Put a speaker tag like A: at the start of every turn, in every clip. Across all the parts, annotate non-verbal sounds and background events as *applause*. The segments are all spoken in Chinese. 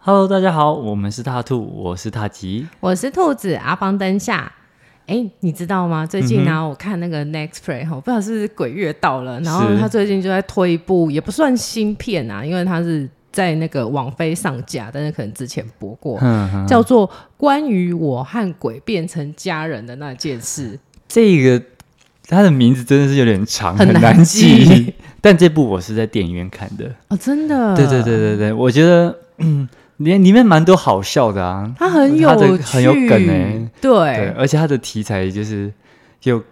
A: Hello，大家好，我们是大兔，我是大吉。
B: 我是兔子阿邦灯下。哎，你知道吗？最近呢、啊我看那个 Next Play 哈，不知道是不是鬼月到了，然后
A: 嗯是
B: 他最近就在推一部，也不算新片啊，因为他是在那个网飞上架，但是可能之前播过，
A: 嗯哼，
B: 叫做《关于我和鬼变成家人的那件
A: *laughs*
B: 事》。
A: 这个它的名字真的是有点长，
B: 很难
A: 难记。
B: 记
A: *laughs* 但这部我是在电影院看的。
B: 哦，真的，
A: *laughs* 对对对，对对，我觉得嗯，里里面蛮多好笑的啊。
B: 他很
A: 它的
B: 有趣，
A: 很有梗欸对，
B: 对，
A: 而且它的题材就是有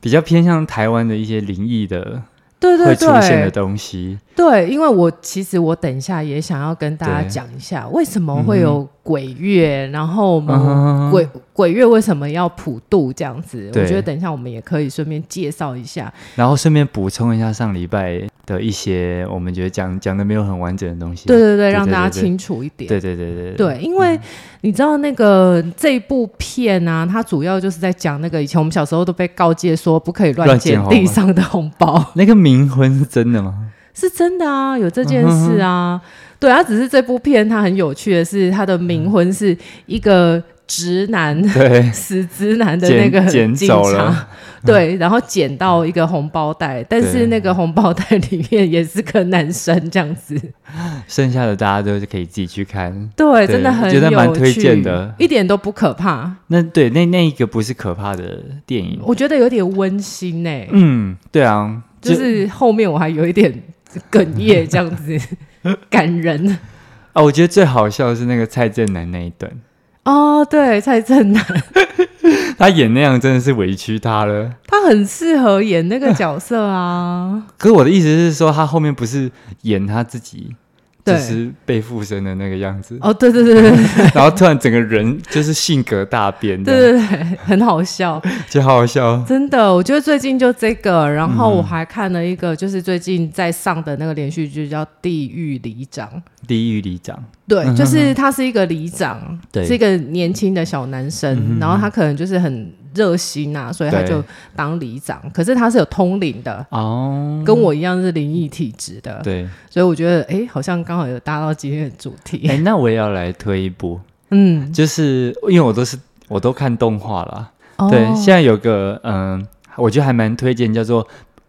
A: 比较偏向台湾的一些灵异的
B: 对对
A: 会出现的
B: 对
A: 东西。
B: 对，因为我其实我等一下也想要跟大家
A: 对
B: 讲一下，为什么会有鬼月，然后我
A: 嗯
B: 们
A: 哼，
B: 鬼鬼月为什么要普渡这样子？我
A: 对
B: 觉得等一下我们也可以顺便介绍一下。
A: 然后顺便补充一下上礼拜的一些我们觉得讲讲的没有很完整的东西。
B: 对对对，
A: 对
B: 让大家
A: 对对
B: 清楚一点。
A: 对对对嗯对
B: 对，因为你知道那个这一部片啊，它主要就是在讲那个以前我们小时候都被告诫说不可以乱
A: 乱捡
B: 捡
A: 红
B: 地上的红包， *laughs*
A: 那个冥婚是真的吗？
B: 是真的啊，有这件事啊。对，它只是这部片它很有趣的是，它的冥婚是一个直男
A: *laughs* 对，
B: 死直男的
A: 捡
B: 那个
A: 捡
B: 警
A: 走 *laughs*
B: 察
A: 了，
B: 对，然后捡到一个红包袋，但
A: 对
B: 是那个红包袋里面也是个男生这样子，
A: 剩下的大家都是可以自己去看。
B: 对，
A: 对
B: 真的很
A: 我觉得蛮
B: 有
A: 推
B: 趣
A: 荐的
B: 一点都不可怕，
A: 那对那那一个不是可怕的电影，
B: 我觉得有点温馨呢、
A: 嗯，对啊，
B: 就
A: 就是
B: 后面我还有一点哽咽这样子， *laughs* 感人
A: 啊，我觉得最好笑的是那个蔡正南那一段，
B: 哦，对，蔡正南
A: 他演那样真的是委屈他了。
B: 他很适合演那个角色啊，
A: 可是我的意思是说，他后面不是演他自己，就
B: 对
A: 是被附身的那个样子，
B: 哦，对对对对对
A: *laughs* 然后突然整个人就是性格大变，
B: 对，对，很好笑。
A: 就好好笑。
B: 真的，我觉得最近就这个，然后我还看了一个，就是最近在上的那个连续剧叫《地狱里长》。
A: 地狱里长，
B: 对，就是他是一个里长，
A: 嗯对嗯
B: 是一个年轻的小男生，然后他可能就是很热心啊，所以他
A: 对
B: 就当里长。
A: 嗯
B: 可是他是有通灵的，
A: 哦，
B: 跟我一样是灵异体质
A: *laughs*
B: 的，
A: 对，
B: 所以我觉得哎，好像刚好有搭到今天的主题。
A: 哎，那我也要来推一部，
B: 嗯，
A: 就是因为我都是我都看动画啦。对，
B: 哦
A: 现在有个嗯、我觉得还蛮推荐，叫做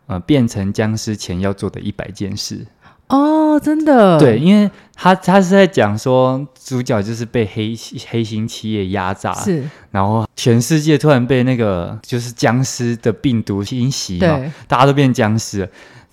A: 呃，变成僵尸前要做的一百件事。
B: 哦，真的，
A: 对，，因为他他是在讲说，主角就是被黑黑心企业压榨，
B: 是，
A: 然后全世界突然被那个就是僵尸的病毒侵袭嘛，
B: 对，
A: 大家都变僵尸了。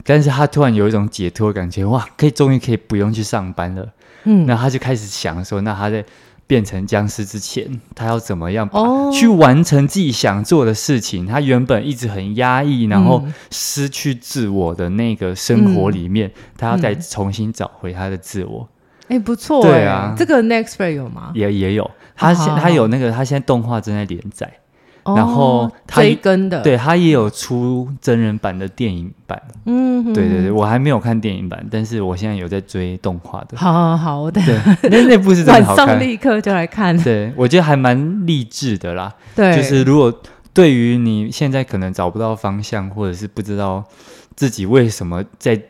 A: 但是他突然有一种解脱的感觉，哇，可以终于可以不用去上班了。
B: 嗯，
A: 那他就开始想说，那他在变成僵尸之前，他要怎么样
B: 哦，
A: 去完成自己想做的事情？他原本一直很压抑，然后
B: 嗯
A: 失去自我的那个生活里面，他要再重新找回他的自我。
B: 哎，不错，
A: 对
B: 哎
A: 啊
B: 这个 Next Play 有吗？
A: 也也有，他现
B: 好好
A: 他有那个，他现在动画正在连载，
B: 哦
A: 然后他
B: 追更的，，
A: 对他也有出真人版的电影版。
B: 嗯，哼
A: 对对对，我还没有看电影版，但是我现在有在追动画
B: *laughs*
A: 的。
B: 好好好，我等
A: 对，那那部是真
B: 晚
A: 的好看
B: 上。立刻就来看。
A: 对，我觉得还蛮励志的啦。
B: 对，
A: 就是如果对于你现在可能找不到方向，或者是不知道自己为什么在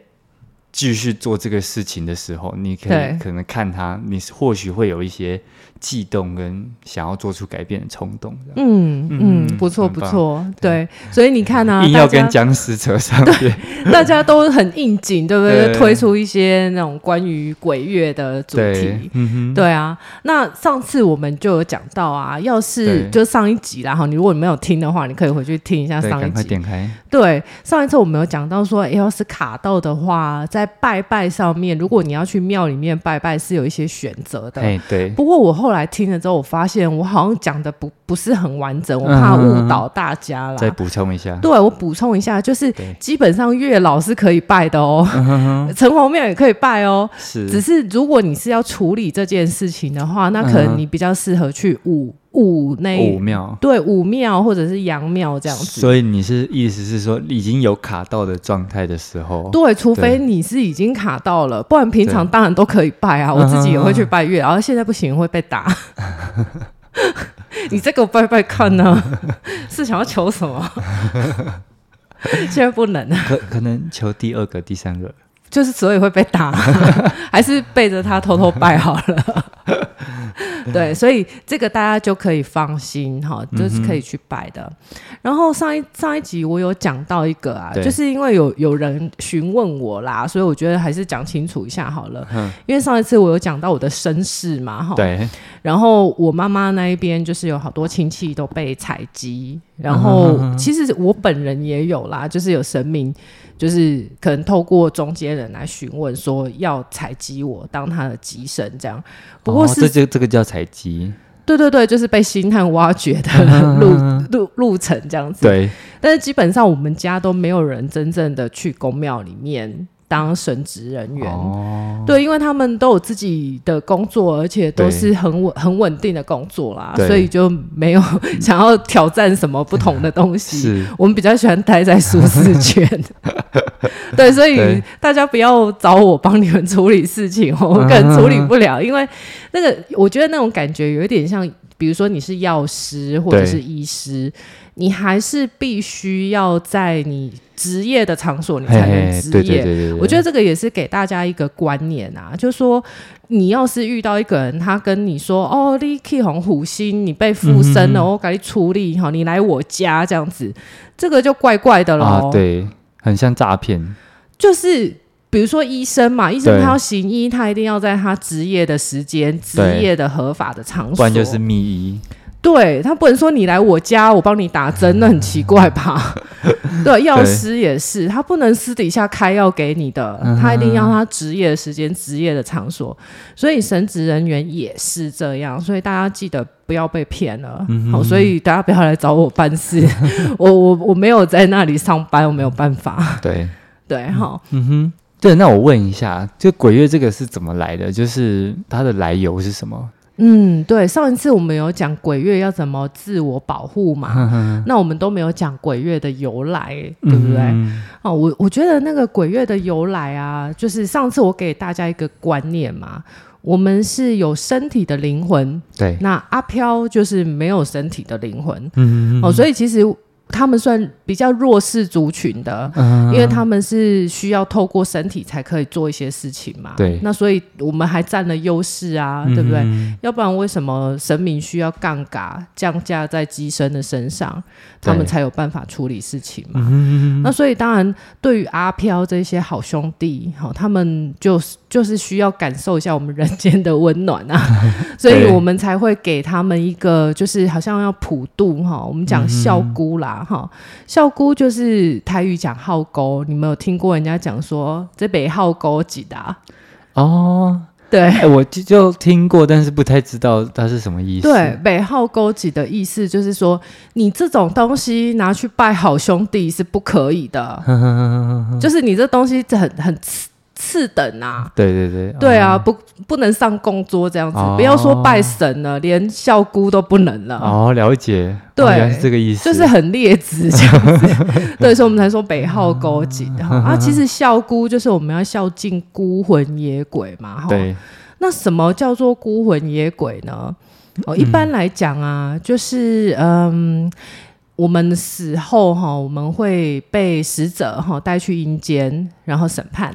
A: 继续做这个事情的时候，你可以
B: 对
A: 可能看他，你或许会有一些悸动跟想要做出改变的冲动。这样
B: 嗯
A: 嗯
B: 嗯，不错
A: 很
B: 不
A: 棒
B: 错，对，所以你看
A: *laughs*
B: 啊，
A: 硬
B: 大
A: 要跟
B: 家
A: 僵尸扯上
B: *laughs*
A: 边，
B: 大家都很应景，对不
A: 对
B: 对？就推出一些那种关于鬼月的主
A: 对
B: 题，。
A: 嗯哼，
B: 对啊，那上次我们就有讲到啊，要是
A: 对
B: 就上一集啦哈，你如果你没有听的话，你可以回去听一下
A: 对，
B: 上一
A: 赶快
B: 集。
A: 点开。
B: 对，上一次我们有讲到说，诶哎要是卡到的话，在拜拜上面，如果你要去庙里面拜拜，是有一些选择的。
A: 哎，对，
B: 不过我后来听了之后，我发现我好像讲的不不是很完整，我怕误导大家啦。
A: 再补充一下。
B: 对，我补充一下，就是
A: 嗯对嗯
B: 基本上月老是可以拜的哦，城隍庙也可以拜哦。只
A: 是，
B: 是如果你是要处理这件事情的话，那可
A: 嗯
B: 能
A: 哼
B: 你比较适合去武武那
A: 五秒。
B: 对武庙或者是阳庙这样子。
A: 所以你是意思是说已经有卡到的状态的时候，
B: 对，除非你是已经卡到了，不然平常当然都可以拜啊。我自己也会去拜月老，然后现在不行会被打。 *laughs* 你再给我拜拜看呢、 *laughs* 是想要求 *laughs* 什么？现在不能啊，
A: 可可能求第二个、第三个，
B: 就是所以会被
A: *laughs*
B: 打，还是背着他偷偷拜好了。对，所以这个大家就可以放心哈，就是可以去拜的。然后上一上一集我有讲到一个啊，
A: 对
B: 就是因为有有人询问我啦，所以我觉得还是讲清楚一下好了。
A: 嗯
B: 因为上一次我有讲到我的身世嘛哈，
A: 对，
B: 然后我妈妈那一边就是有好多亲戚都被采集，然
A: 嗯
B: 后其实我本人也有啦，就是有神明，就是可能透过中间人来询问说要采集我当他的吉神这样。不过
A: 哦
B: 是、
A: 这就这个叫采集，
B: 对对对，就是被星探挖掘的路路路程这样
A: 嗯
B: 子。，
A: 对，
B: 但是基本上我们家都没有人真正的去公庙里面当神职人员。
A: 哦，
B: 对，因为他们都有自己的工作，而且都
A: 对
B: 是很稳、很稳定的工作啦，
A: 对嗯
B: 所以就没有 *laughs* 想要挑战什么不同的东西。
A: 是，
B: 我们比较喜欢待在舒适
A: *laughs*
B: 圈，对，所以
A: 对嗯
B: 大家不要找我帮你们处理事情哦，我可能处理不了，因为那个我觉得那种感觉有一点像，比如说你是药师或者
A: 对
B: 是医师，你还是必须要在你职业的场所你
A: 嘿
B: 才能
A: 嘿，
B: 执
A: 对对
B: 业
A: 对，对，
B: 我觉
A: 得
B: 得这个也是给大家一个观念啊，就是说你要是遇到一个人，他跟你说：“哦，你去红虎星，你被附身
A: 嗯
B: 了，我给你处理好，你来我家这样子，这个就怪怪的
A: 啊
B: 咯。，
A: 对，很像诈骗，
B: 就是比如说医生嘛，医生
A: 对
B: 他要行医，他一定要在他职业的时间、职
A: 对
B: 业的合法的场所，
A: 不然就是密医，
B: 对他不能说你来我家，我帮你打针，那很奇怪吧？对，药师也是，他不能私底下开药给你的，他一定要他职业的时间、职业的场所。所以神职人员也是这样，所以大家记得不要被骗了。好，所以大家不要来找我办事，我我我没有在那里上班，我没有办法。
A: 对。
B: 对，好，
A: 对，那我问一下，就鬼月这个是怎么来的？就是它的来由是什么？
B: 嗯，对，上一次我们有讲鬼月要怎么自我保护嘛，那我们都没有讲鬼月的由来，对不对？
A: 嗯
B: 哦，我我觉得那个鬼月的由来啊，就是上次我给大家一个观念嘛，我们是有身体的灵魂，
A: 对，
B: 那阿飘就是没有身体的灵魂
A: 嗯，
B: 哦，所以其实他们算比较弱势族群的，
A: 嗯
B: 因为他们是需要透过身体才可以做一些事情嘛。
A: 对嗯
B: 那所以我们还占了优势啊，对不对？要不然为什么神明需要杠杆降价在机身的身上，他们
A: 对
B: 才有办法处理事情嘛？
A: 嗯
B: 那所以当然，对于阿飘这些好兄弟，好、他们就是就是需要感受一下我们人间的温暖啊，所以
A: 对
B: 我们才会给他们一个就是好像要普渡哈、我们讲孝姑啦哈、孝姑就是台语讲号沟，你们有听过人家讲说这北号沟几的？
A: 哦，
B: 对，
A: 哎、我就就听过，但是不太知道它是什么意思。
B: 对，北号勾结的意思就是说，你这种东西拿去拜好兄弟是不可以
A: *laughs*
B: 的，就是你这东西很很次次等啊。
A: 对对对，
B: 对啊，不不能上供桌这样子，
A: 哦
B: 不要说拜神了，连孝姑都不能了，
A: 哦，了解，
B: 对
A: 哦原来是这个意思，
B: 就是很劣质这样
A: *laughs*
B: 子。对，所以我们才说北号勾结哈啊。其实孝姑就是我们要孝敬孤魂野鬼嘛哈。
A: 对，
B: 那什么叫做孤魂野鬼呢？哦，一般来讲啊，就是嗯，我们死后哈，我们会被死者哈带去阴间，然后审判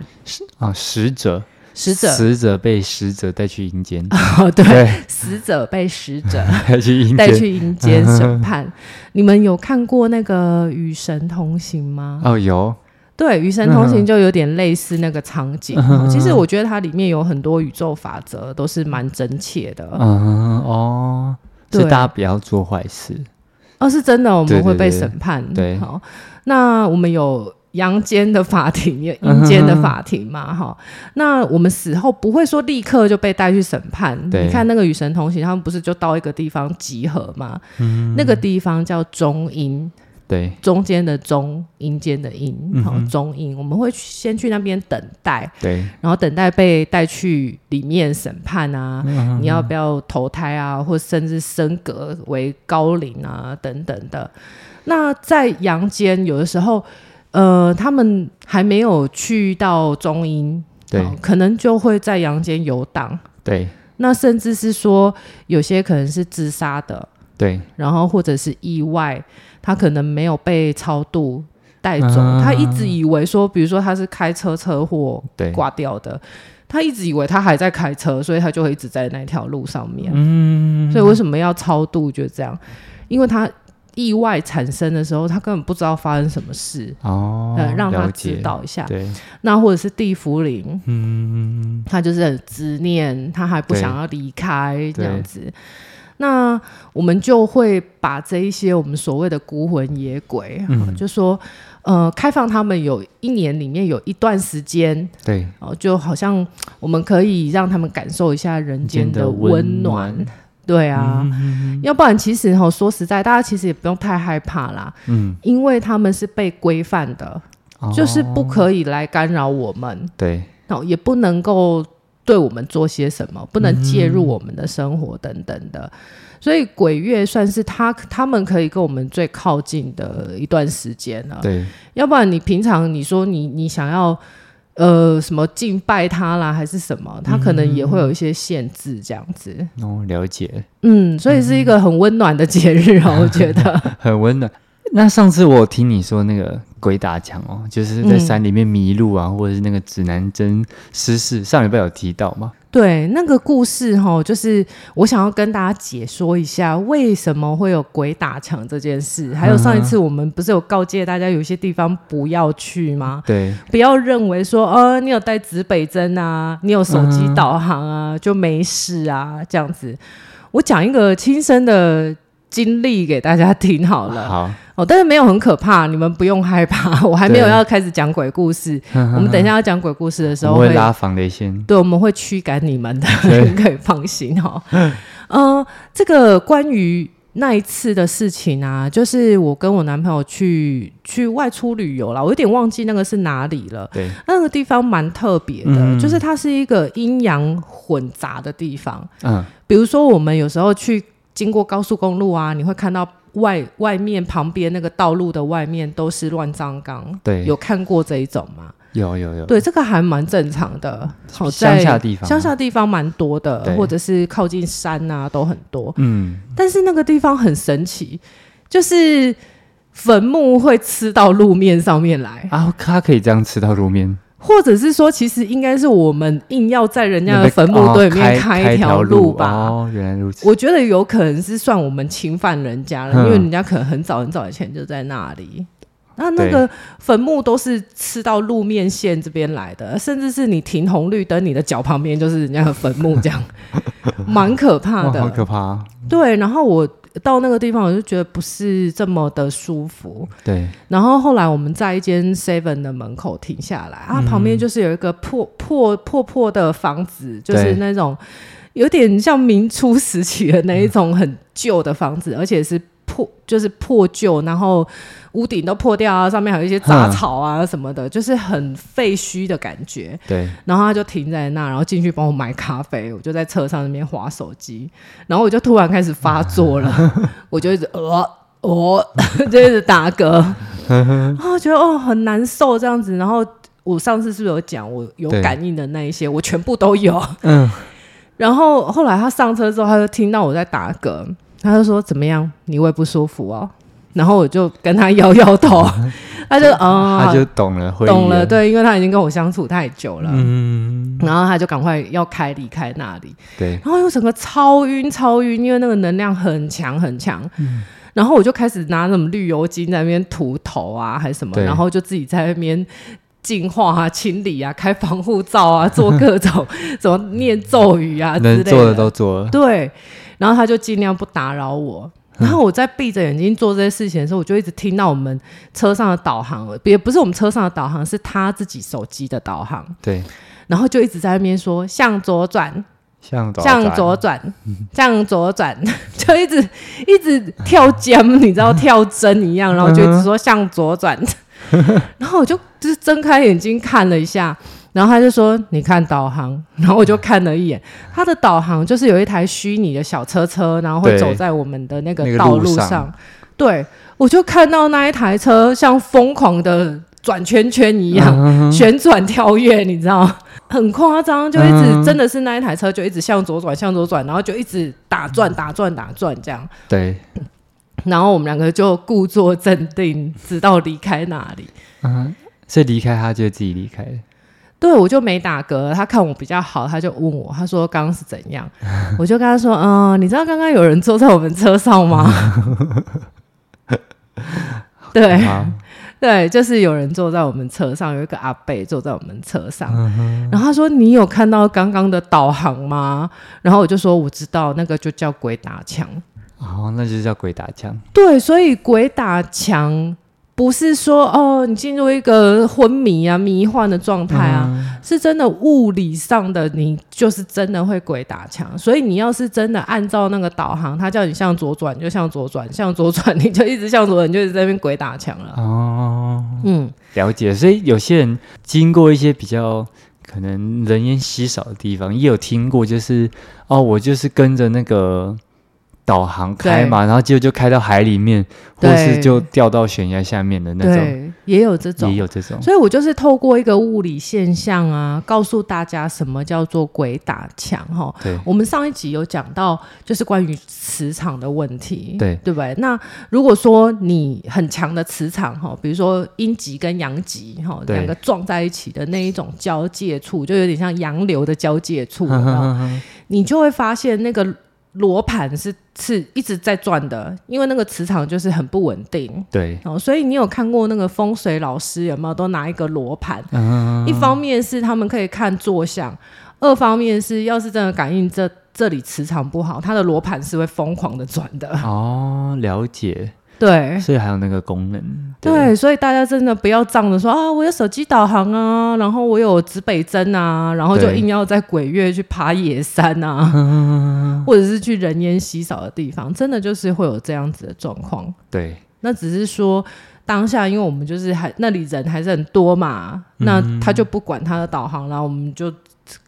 A: 啊，使者，
B: 死者。
A: 死者被使者带去阴
B: *laughs*
A: 间，
B: 哦，对，
A: 对，
B: 死者被死者
A: 带去 *laughs* 阴
B: 带
A: 间。嗯
B: 去阴间审判。你们有看过那个《与神同行》吗？
A: 哦，有，
B: 对，《与神同
A: 嗯
B: 行》就有点类似那个场景。哦其实我觉得它里面有很多宇宙法则都是蛮真切的。
A: 嗯，哦，所以
B: 对
A: 大家不要做坏事，
B: 哦，是真的，我
A: 对
B: 们
A: 对
B: 会被
A: 对
B: 审判。
A: 对
B: 好，那我们有阳间的法庭， *laughs* 有阴间的法庭嘛，哈、那我们死后不会说立刻就被带去审判。
A: 对
B: 你看那个《与神同行》，他们不是就到一个地方集合嘛？
A: 嗯
B: 那个地方叫中阴，
A: 对，
B: 中间的中，阴间的阴，
A: 嗯
B: 好、中阴。我们会去先去那边等待，
A: 对，
B: 然后等待被带去里面审判啊，
A: 嗯
B: 你要不要投胎啊，或甚至升格为高龄啊等等的。那在阳间，有的时候，呃，他们还没有去到中阴，
A: 对
B: 哦可能就会在阳间游荡。
A: 对，
B: 那甚至是说，有些可能是自杀的，
A: 对，
B: 然后或者是意外，他可能没有被超度，带走。
A: 啊
B: 他一直以为说，比如说他是开车车祸
A: 对，
B: 挂掉的，他一直以为他还在开车，所以他就会一直在那条路上面。
A: 嗯，
B: 所以为什么要超度？就这样，因为他意外产生的时候，他根本不知道发生什么事，
A: 哦
B: 呃，，让他
A: 了
B: 知
A: 解，
B: 道一下。
A: 对，
B: 那或者是地茯苓，
A: 嗯，
B: 他就是很执念，他还不
A: 对
B: 想要离开这
A: 对
B: 样子。那我们就会把这一些我们所谓的孤魂野鬼，
A: 嗯
B: 就说呃，开放他们有一年里面有一段时间
A: 对，嗯
B: 哦、就好像我们可以让他们感受一下人间
A: 人间
B: 的
A: 的
B: 温
A: 温
B: 暖
A: 暖。嗯
B: 对啊，要不然其实哈、说实在，大家其实也不用太害怕啦，
A: 嗯，
B: 因为他们是被规范的，
A: 哦
B: 就是不可以来干扰我们。
A: 对，
B: 哦，也不能够对我们做些什么，不能介入我们的生活等等的。所以鬼月算是他他们可以跟我们最靠近的一段时间了。
A: 对，
B: 要不然你平常你说你你想要。呃，什么敬拜他啦，还是什么？他可能也会有一些限制，这样子。
A: 哦，了解， *laughs*
B: 嗯，所以是一个很温暖的节日 *laughs* 啊，我觉得。
A: 很温暖。那上次我有听你说那个鬼打墙哦，就是在
B: 嗯
A: 山里面迷路啊，或者是那个指南针失事，上礼拜有提到吗？
B: 对，那个故事哈，就是我想要跟大家解说一下，为什么会有鬼打墙这件事。还有上一次我们不是有告诫大家，有一些地方不要去吗？
A: 对，
B: 不要认为说，呃，你有带指北针啊，你有手机导航啊，就没事啊，这样子。我讲一个亲身的经历给大家听好
A: *laughs*
B: 了。
A: 好，
B: 哦，但是没有很可怕，你们不用害怕。我还没有要开始讲鬼故事，我们等一下要讲鬼故事的时
A: 我
B: 候
A: 们会
B: 会
A: 拉防雷线。
B: 对，我们会驱赶你
A: *laughs*
B: 们的，
A: 对
B: 你可以放心哦。嗯，这个关于那一次的事情啊，就是我跟我男朋友去去外出旅游啦，我有点忘记那个是哪里了。
A: 对，
B: 那个地方蛮特别的，
A: 嗯
B: 就是它是一个阴阳混杂的地方。
A: 嗯，
B: 比如说，我们有时候去经过高速公路啊，你会看到外外面旁边那个道路的外面都是乱葬岗，
A: 对，
B: 有看过这一种吗？
A: 有有有，
B: 对，这个还蛮正常的。好
A: 乡
B: 在
A: 下地方
B: 乡
A: 吗
B: 下地方蛮多的，
A: 对
B: 或者是靠近山啊，都很多。
A: 嗯，
B: 但是那个地方很神奇，就是坟墓会吃到路面上面来，
A: 啊，它可以这样吃到路面，
B: 或者是说，其实应该是我们硬要在人家
A: 那
B: 的
A: 被
B: 坟墓
A: 哦
B: 对面
A: 开
B: 一条
A: 路
B: 吧。
A: 哦，原来如此。
B: 我觉得有可能是算我们侵犯人家了，
A: 嗯
B: 因为人家可能很早很早以前就在那里。那那个坟墓都是吃到路面线这边来的，甚至是你停红绿灯，你的脚旁边就是人家的坟墓，这
A: *laughs*
B: 样蛮可怕
A: 哇，好
B: 的。
A: 可怕啊！
B: 对，然后我到那个地方，我就觉得不是这么的舒服。
A: 对，
B: 然后后来我们在一间 Seven 的门口停下来啊，旁边就是有一个破破破破的房子，就是
A: 对
B: 那种有点像明初时期的那一种很旧的房子，而且是破就是破旧，然后屋顶都破掉啊，上面还有一些杂
A: 嗯
B: 草啊什么的，就是很废墟的感觉。
A: 对，
B: 然后他就停在那，然后进去帮我买咖啡，我就在车上那边划手机，然后我就突然开始发
A: *laughs*
B: 作了，我就一直呃呃， *laughs* 就一直打嗝，
A: *laughs*
B: 然后我觉得哦很难受这样子，然后我上次是不是有讲我有
A: 对
B: 感应的那一些，我全部都有，
A: 嗯，
B: 然后后来他上车之后，他就听到我在打嗝，他就说怎么样，你胃不舒服哦，然后我就跟他摇摇头，他就嗯，
A: 他就懂了，会
B: 懂
A: 意
B: 了，，对，因为他已经跟我相处太久了，
A: 嗯，
B: 然后他就赶快要开离开那里，
A: 对，
B: 然后又整个超晕超晕，因为那个能量很强很强。
A: 嗯
B: 然后我就开始拿什么绿油精在那边涂头啊，还是什么，
A: 对
B: 然后就自己在那边净化啊、清理啊、开防护罩啊，做各种什么念咒语啊之类
A: 能做的都做了，
B: 对。然后他就尽量不打扰我。
A: 嗯
B: 然后我在闭着眼睛做这些事情的时候，我就一直听到我们车上的导航，也不是我们车上的导航，是他自己手机的导航。
A: 对，
B: 然后就一直在那边说向左转，
A: 向左，
B: 向左，转，向左转， *laughs* 就一直一直跳江，你知道跳针一样，然后就一直说向
A: *laughs*
B: 左转，然后我就就是睁开眼睛看了一下。然后他就说：“你看导航。”然后我就看了一眼，他的导航就是有一台虚拟的小车车，然后会
A: 对
B: 走在我们的那
A: 那
B: 个
A: 个
B: 道
A: 路
B: 路
A: 上
B: 上。对，我就看到那一台车像疯狂的转圈圈一
A: 嗯
B: 样，旋转跳跃，你知道， *laughs* 很夸张，就一
A: 嗯
B: 直、真的是那一台车就一直向左转，向左转，然后就一直打转打转打转这样。
A: 对，
B: 然后我们两个就故作镇定，直到离开那里。
A: 嗯，所以离开他就自己离开了。
B: 对，我就没打嗝。他看我比较好，他就问我，他说刚刚是怎样？ *laughs* 我就跟他说，嗯、你知道刚刚有人坐在我们车上吗？ *laughs* 对 *laughs*
A: 啊，
B: 对，就是有人坐在我们车上，有一个阿贝坐在我们车上。
A: 嗯
B: 然后他说，你有看到刚刚的导航吗？然后我就说，我知道，那个就叫鬼打墙。
A: 哦，那就是叫鬼打墙。
B: 对，所以鬼打墙不是说哦，你进入一个昏迷啊、迷幻的状态啊，
A: 嗯
B: 是真的物理上的，你就是真的会鬼打墙。所以你要是真的按照那个导航，它叫你向左转，你就向左转；向左转，你就一直向左转，你就一直在那边鬼打墙了。
A: 哦，
B: 嗯，
A: 了解。所以有些人经过一些比较可能人烟稀少的地方，也有听过，就是哦，我就是跟着那个导航开嘛，然后结果就开到海里面，或
B: 对
A: 是就掉到悬崖下面的那种，
B: 对，也有这种
A: 也。有这种。
B: 所以我就是透过一个物理现象啊，告诉大家什么叫做鬼打墙哈。吼
A: 对
B: 我们上一集有讲到，就是关于磁场的问题，
A: 对
B: 对不对？那如果说你很强的磁场哈，吼比如说阴极跟阳极哈，吼
A: 对
B: 两个撞在一起的那一种交界处，就有点像洋流的交
A: *laughs*
B: 界处，
A: 嗯
B: 有没有你就会发现那个罗盘是是一直在转的，因为那个磁场就是很不稳定。
A: 对，
B: 哦，所以你有看过那个风水老师有没有都拿一个罗盘？
A: 嗯，
B: 一方面是他们可以看坐向，二方面是要是真的感应这这里磁场不好，它的罗盘是会疯狂的转的。 *laughs*
A: 哦，了解。
B: 对
A: 所以还有那个功能。
B: 哎对，所以大家真的不要仗着说啊，我有手机导航啊，然后我有指北针啊，然后就
A: 对
B: 硬要在鬼月去爬野山啊，
A: 嗯
B: 或者是去人烟稀少的地方，真的就是会有这样子的状况。
A: 对
B: 那只是说当下，因为我们就是还那里人还是很多嘛，
A: 嗯
B: 那他就不管他的导航啦，我们就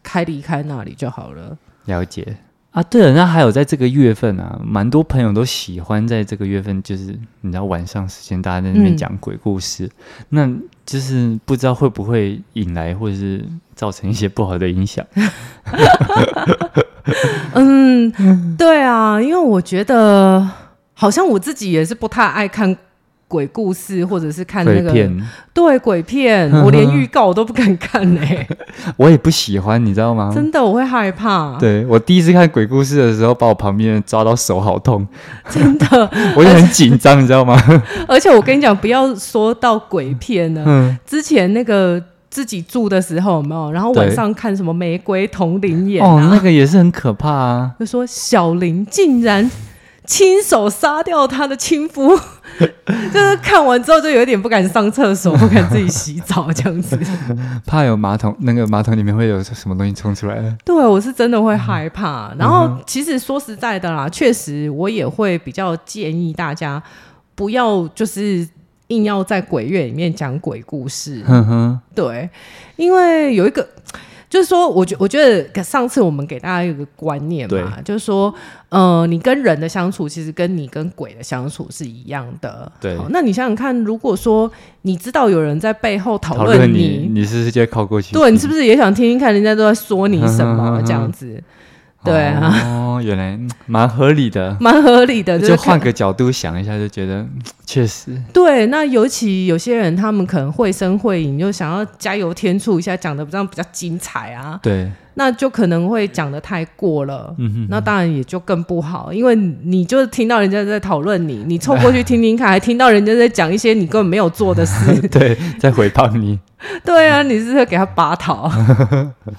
B: 开离开那里就好了。
A: 了解啊，对了，那还有在这个月份啊，蛮多朋友都喜欢在这个月份，就是你知道晚上时间大家在那边
B: 嗯
A: 讲鬼故事，那就是不知道会不会引来或者是造成一些不好的影响。
B: 嗯，对啊，因为我觉得好像我自己也是不太爱看。鬼故事，或者是看那
A: 鬼
B: 个
A: 片
B: 对鬼
A: *laughs*
B: 片，我连预告我都不敢看呢、
A: 我也不喜欢，你知道吗？
B: 真的我会害怕，
A: 对我第一次看鬼故事的时候，把我旁边人抓到手好痛， *laughs*
B: 真的。
A: 我就很紧张，你知
B: *laughs*
A: 道吗？
B: 而且我跟你讲，不要说到鬼片呢，
A: 嗯，
B: 之前那个自己住的时候有没有？然后晚上看什么玫瑰同林演
A: 哦，
B: 啊，
A: 那个也是很可怕啊。
B: 就说小林竟然亲手杀掉他的亲夫， *laughs* 就是看完之后就有点不敢上厕所，不敢自己洗澡这样子。
A: 怕有马桶，那个马桶里面会有什么东西冲出来？
B: 对，我是真的会害怕。然后其实说实在的啦，确实我也会比较建议大家不要就是。硬要在鬼月里面讲鬼故事，
A: 哼哼，
B: 对，因为有一个，就是说，我觉我觉得上次我们给大家有一个观念嘛，就是说，呃，你跟人的相处，其实跟你跟鬼的相处是一样的。
A: 对
B: 好那你想想看，如果说你知道有人在背后讨
A: 讨
B: 论
A: 论你，你是不是就会靠过去？
B: 对你是不是也想听听看人家都在说你
A: *laughs*
B: 什么这样子？对啊，
A: 哦，原来嗯蛮合理的，
B: 蛮合理的，
A: 就是
B: 看
A: 换个角度想一下，就觉得嗯 *laughs* 确实
B: 对，那尤其有些人他们可能会声会影，又想要加油添醋一下，讲的这样比较精彩啊。
A: 对， *laughs*
B: 那就可能会讲的太过了，
A: 嗯哼
B: 那当然也就更不好，因为你就听到人家在讨论你，你凑过去听听看，还听到人家在讲一些你根本没有做的事， *laughs*
A: 对，在回谤你，
B: 对啊，你是不是给他拔桃，
A: 了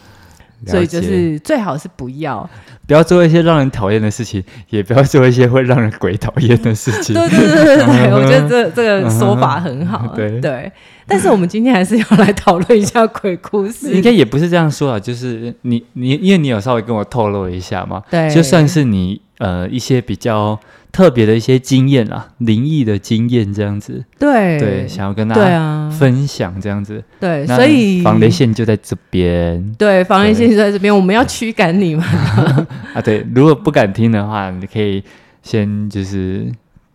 B: 所以就
A: 解
B: 是最好是不要，
A: 不要做一些让人讨厌的事情， *laughs* 也不要做一些会让人鬼讨厌的事情。
B: 对对对对对对，
A: 嗯哼
B: 我觉得这这个说法很好，
A: 对
B: 对，但是我们今天还是要来讨论一下鬼故
A: 应
B: 事，
A: 该也不是这样说啊，就是你你因为你有稍微跟我透露一下嘛，
B: 对，
A: 就算是你呃一些比较特别的一些经验啊，灵异的经验这样子，
B: 对
A: 对，想要跟大
B: 对
A: 家
B: 啊，
A: 分享这样子，
B: 对，
A: 那
B: 所以
A: 防雷线就在这边。
B: 对防雷
A: 对
B: 线就在这边，我们要驱赶你嘛。
A: 啊，对，如果不敢听的话，你可以先就是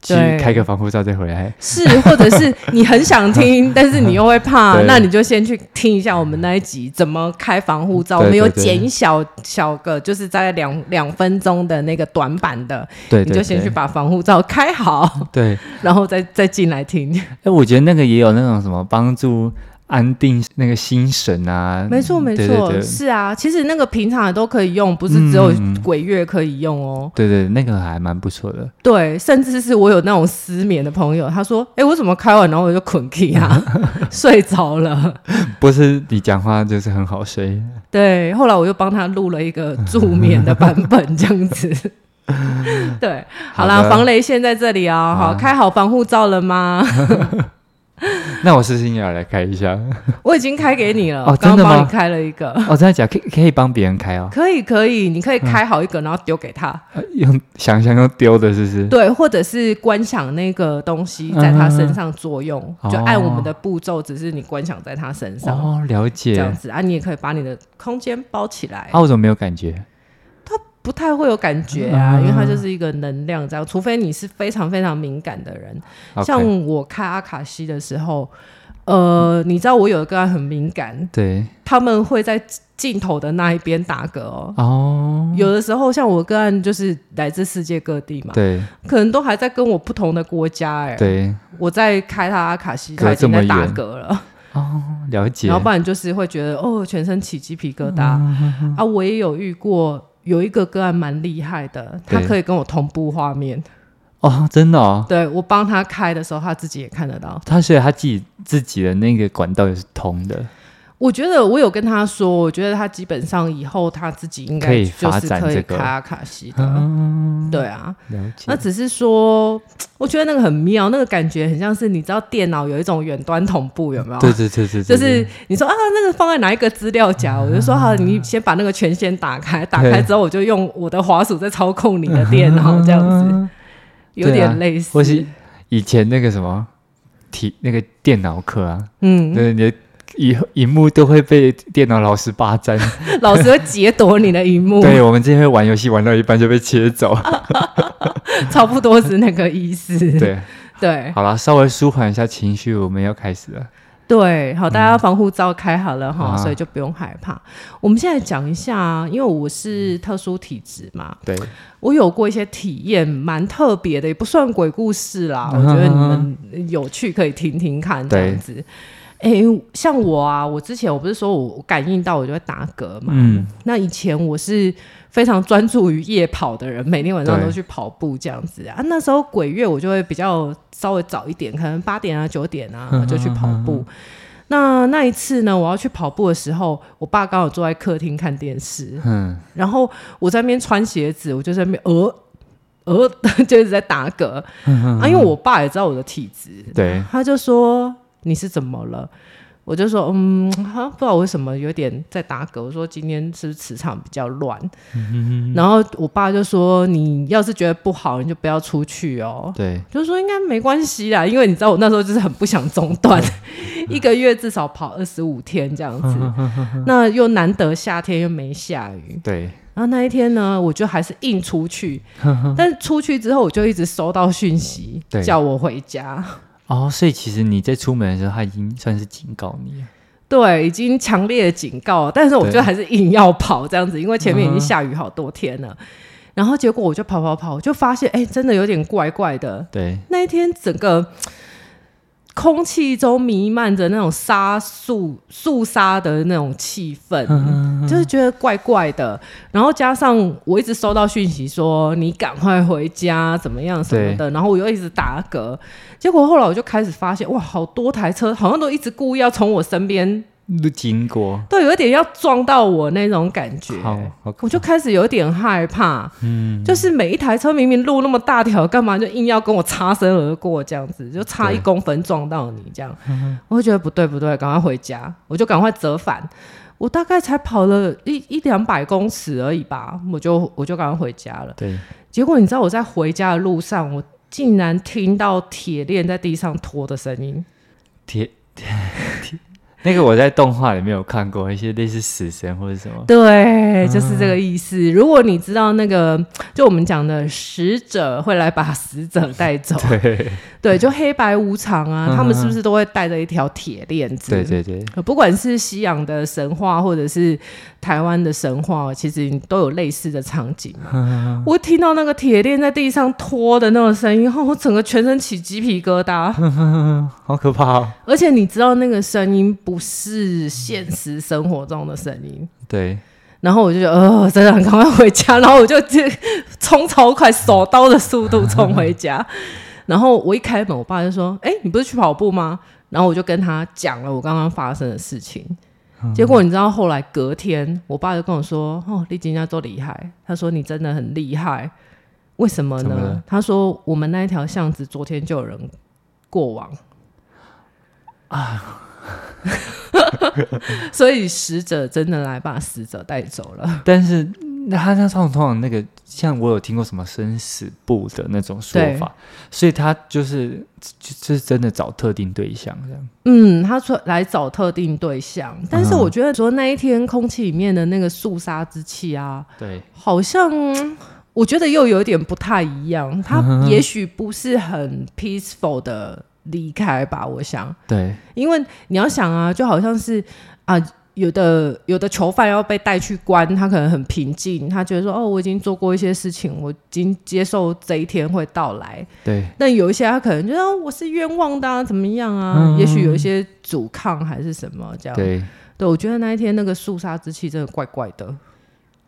A: 去
B: 对
A: 开个防护罩再回
B: *laughs*
A: 来。
B: 是，或者是你很想
A: *laughs*
B: 听，但是你又会怕，
A: 对
B: 那你就先去听一下我们那一集怎么开防护罩，我
A: 对
B: 们有
A: 对对
B: 减小小个，就是在两两分钟的那个短版的，
A: 对，
B: 你
A: 对
B: 就先
A: 对
B: 去把防护罩开好， *laughs*
A: 对。
B: 然后再再进来听。
A: 哎，我觉得那个也有那种什么帮助安定那个心神啊。
B: 没错，没
A: 对
B: 错，
A: 对对
B: 是啊，其实那个平常也都可以用，不是只有
A: 嗯嗯嗯
B: 鬼月可以用哦。
A: 对对，那个还蛮不错的。
B: 对，甚至是我有那种失眠的朋友，他说：“哎、我怎么开完然后我就困 k 啊， *laughs* 睡着了。”
A: 不是你讲话就是很好睡。
B: 对，后来我又帮他录了一个助眠的版本，这样子。 *laughs* 对，好啦，
A: 的
B: 防雷线在这里哦。好，
A: 啊
B: 开好防护罩了 *laughs* 吗？
A: 那我试试也要来开一
B: *laughs*
A: 下。
B: 我已经开给你了，
A: 哦
B: 刚
A: 真的
B: 刚
A: 吗
B: 帮你开了一个。
A: 哦，真的假的？可以可以帮别人开哦。
B: 可以可以，你可以开好一个，然后丢给他。
A: 呃用想象用丢的，是不是？
B: 对，或者是观想那个东西在他身上作用，
A: 嗯
B: 就按我们的步骤，只是你观想在他身上、
A: 哦，了
B: 这
A: 解。
B: 样子啊。你也可以把你的空间包起来。
A: 啊，我怎么没有感觉？
B: 不太会有感觉啊，
A: 嗯
B: 因为它就是一个能量这样，除非你是非常非常敏感的人。
A: OK
B: 像我开阿卡西的时候，呃，你知道我有一个很敏感，
A: 对
B: 他们会在镜头的那一边打嗝哦。
A: 哦，
B: 有的时候，像我个案就是来自世界各地嘛，
A: 对
B: 可能都还在跟我不同的国家哎、
A: 对
B: 我在开他阿卡西，
A: 隔
B: 他已经在
A: 这么
B: 打
A: 远
B: 嗝了， *laughs*
A: 哦，了解
B: 然。后不然就是会觉得哦，全身起鸡皮疙瘩、
A: 嗯
B: 啊。我也有遇过有一个个案蛮厉害的，他
A: 对
B: 可以跟我同步画面，
A: 哦，真的哦，
B: 对我帮他开的时候，他自己也看得到。
A: 他所以他自己自己的那个管道也是通的，
B: 我觉得我有跟他说，我觉得他基本上以后他自己应
A: 可
B: 该
A: 以
B: 就
A: 发
B: 是
A: 展
B: 可以
A: 这个
B: 开阿卡西的，
A: 嗯，
B: 对啊。
A: 了
B: 那
A: 解。
B: 只是说，我觉得那个很妙，那个感觉很像是你知道电脑有一种远端同步有没有？
A: 对对对对，对
B: 哦就是你说啊，那个放在哪一个资料夹？我就说好，你先把那个权限打开，打开之后我就用我的滑鼠在操控你的电脑，这样子，有
A: 对啊
B: 点类似。
A: *laughs* 或是以前那个什么体那个电脑课啊，
B: 嗯，
A: 对，你的以荧幕都会被电脑老师霸
B: *laughs*
A: 占。
B: 老师会解躲你的荧幕，
A: 对，我们之前会玩游戏玩到一半就被切走。
B: *laughs* 啊差不多是那个意思。
A: 对，
B: 对
A: 好啦，稍微舒缓一下情绪，我们要开始了。
B: 对，好，大家防护罩开好了哈，
A: 啊
B: 所以就不用害怕。我们现在讲一下，因为我是特殊体质嘛，
A: 对，
B: 我有过一些体验，蛮特别的，也不算鬼故事啦。我
A: 嗯
B: 觉得你们有趣可以听听看，这样子。哎、像我啊，我之前我不是说我感应到我就会打嗝嘛。
A: 嗯，
B: 那以前我是非常专注于夜跑的人，每天晚上
A: 对
B: 都去跑步这样子啊。那时候鬼月我就会比较稍微早一点，可能八点啊九点啊
A: 嗯
B: 就去跑步。那那一次呢，我要去跑步的时候，我爸刚好坐在客厅看电视，
A: 嗯，
B: 然后我在那边穿鞋子，我就在那边呃呃 *laughs* 就一直在打嗝
A: 嗯
B: 啊，因为我爸也知道我的体质，
A: 对，
B: 他就说你是怎么了？我就说嗯，哈不知道为什么有点在打嗝。我说今天是不是磁场比较乱？然后我爸就说你要是觉得不好，你就不要出去哦。
A: 对，
B: 就说应该没关系啦，因为你知道我那时候就是很不想中断， *laughs* 一个月至少跑二十五天这样子，那又难得夏天又没下雨，
A: 对，
B: 然后那一天呢，我就还是硬出去，但是出去之后我就一直收到讯息
A: 对
B: 叫我回家，
A: 哦，所以其实你在出门的时候，他已经算是警告你了。
B: 对，已经强烈的警告了，但是我
A: 对
B: 就还是硬要跑这样子，因为前面已经下雨好多天了。然后结果我就跑跑跑，我就发现哎、真的有点怪怪的。
A: 对，
B: 那一天整个空气中弥漫着那种沙肃肃杀的那种气氛，就是觉得怪怪的。然后加上我一直收到讯息说你赶快回家，怎么样什么的，然后我又一直打嗝。结果后来我就开始发现，哇，好多台车好像都一直故意要从我身边，
A: 路经过，
B: 都有一点要撞到我那种感觉。
A: 好，好
B: 我就开始有点害怕，嗯，就是每一台车明明路那么大条，干嘛就硬要跟我擦身而过这样子，就差一
A: 对
B: 公分撞到你这样，我就觉得不对不对，赶快回家，我就赶快折返。我大概才跑了一一两百公尺而已吧，我就我就赶快回家了。
A: 对，
B: 结果你知道我在回家的路上，我竟然听到铁链在地上拖的声音，
A: 铁铁铁 *laughs* 那个我在动画里面有看过，一些类似死神或者什么，
B: 对，就是这个意思。
A: 嗯
B: 如果你知道那个，就我们讲的使者会来把死者带走，
A: *laughs* 对
B: 对，就黑白无常啊，
A: 嗯
B: 他们是不是都会带着一条铁链子？
A: 对对对，
B: 呃不管是西洋的神话，或者是台湾的神话，其实都有类似的场景嘛。
A: 嗯
B: 我听到那个铁链在地上拖的那个声音后，我整个全身起鸡皮疙瘩。
A: 嗯好可怕哦。
B: 而且你知道那个声音不是现实生活中的声音，
A: 对，
B: 然后我就觉得呃，真的很赶快回家，然后我就这冲超快，手刀的速度冲回家。然后我一开门，我爸就说：“哎、你不是去跑步吗？”然后我就跟他讲了我刚刚发生的事情。
A: 嗯
B: 结果你知道后来隔天，我爸就跟我说：“哦，丽晶家多厉害。”他说：“你真的很厉害，为什么
A: 怎
B: 呢？”
A: 么了
B: 他说：“我们那一条巷子昨天就有人过往啊， *laughs* 所以死者真的来把死者带走了。”
A: 但是那他那通常通常那个，像我有听过什么生死簿的那种说
B: 对
A: 法，所以他就是就就是真的找特定对象这样。
B: 嗯，他说来找特定对象，但是我觉得说那一天空气里面的那个肃杀之气啊，
A: 对，
B: 好像嗯我觉得又有点不太一样。他也许不是很 peaceful 的离开吧，我想，
A: 对，
B: 因为你要想啊，就好像是啊。有的有的囚犯要被带去关，他可能很平静，他觉得说哦，我已经做过一些事情，我已经接受这一天会到来。
A: 对，
B: 但有一些他可能觉得、哦我是冤枉的、啊，怎么样啊？
A: 嗯
B: 也许有一些阻抗还是什么这样。
A: 对，
B: 对我觉得那一天那个肃杀之气真的怪怪的。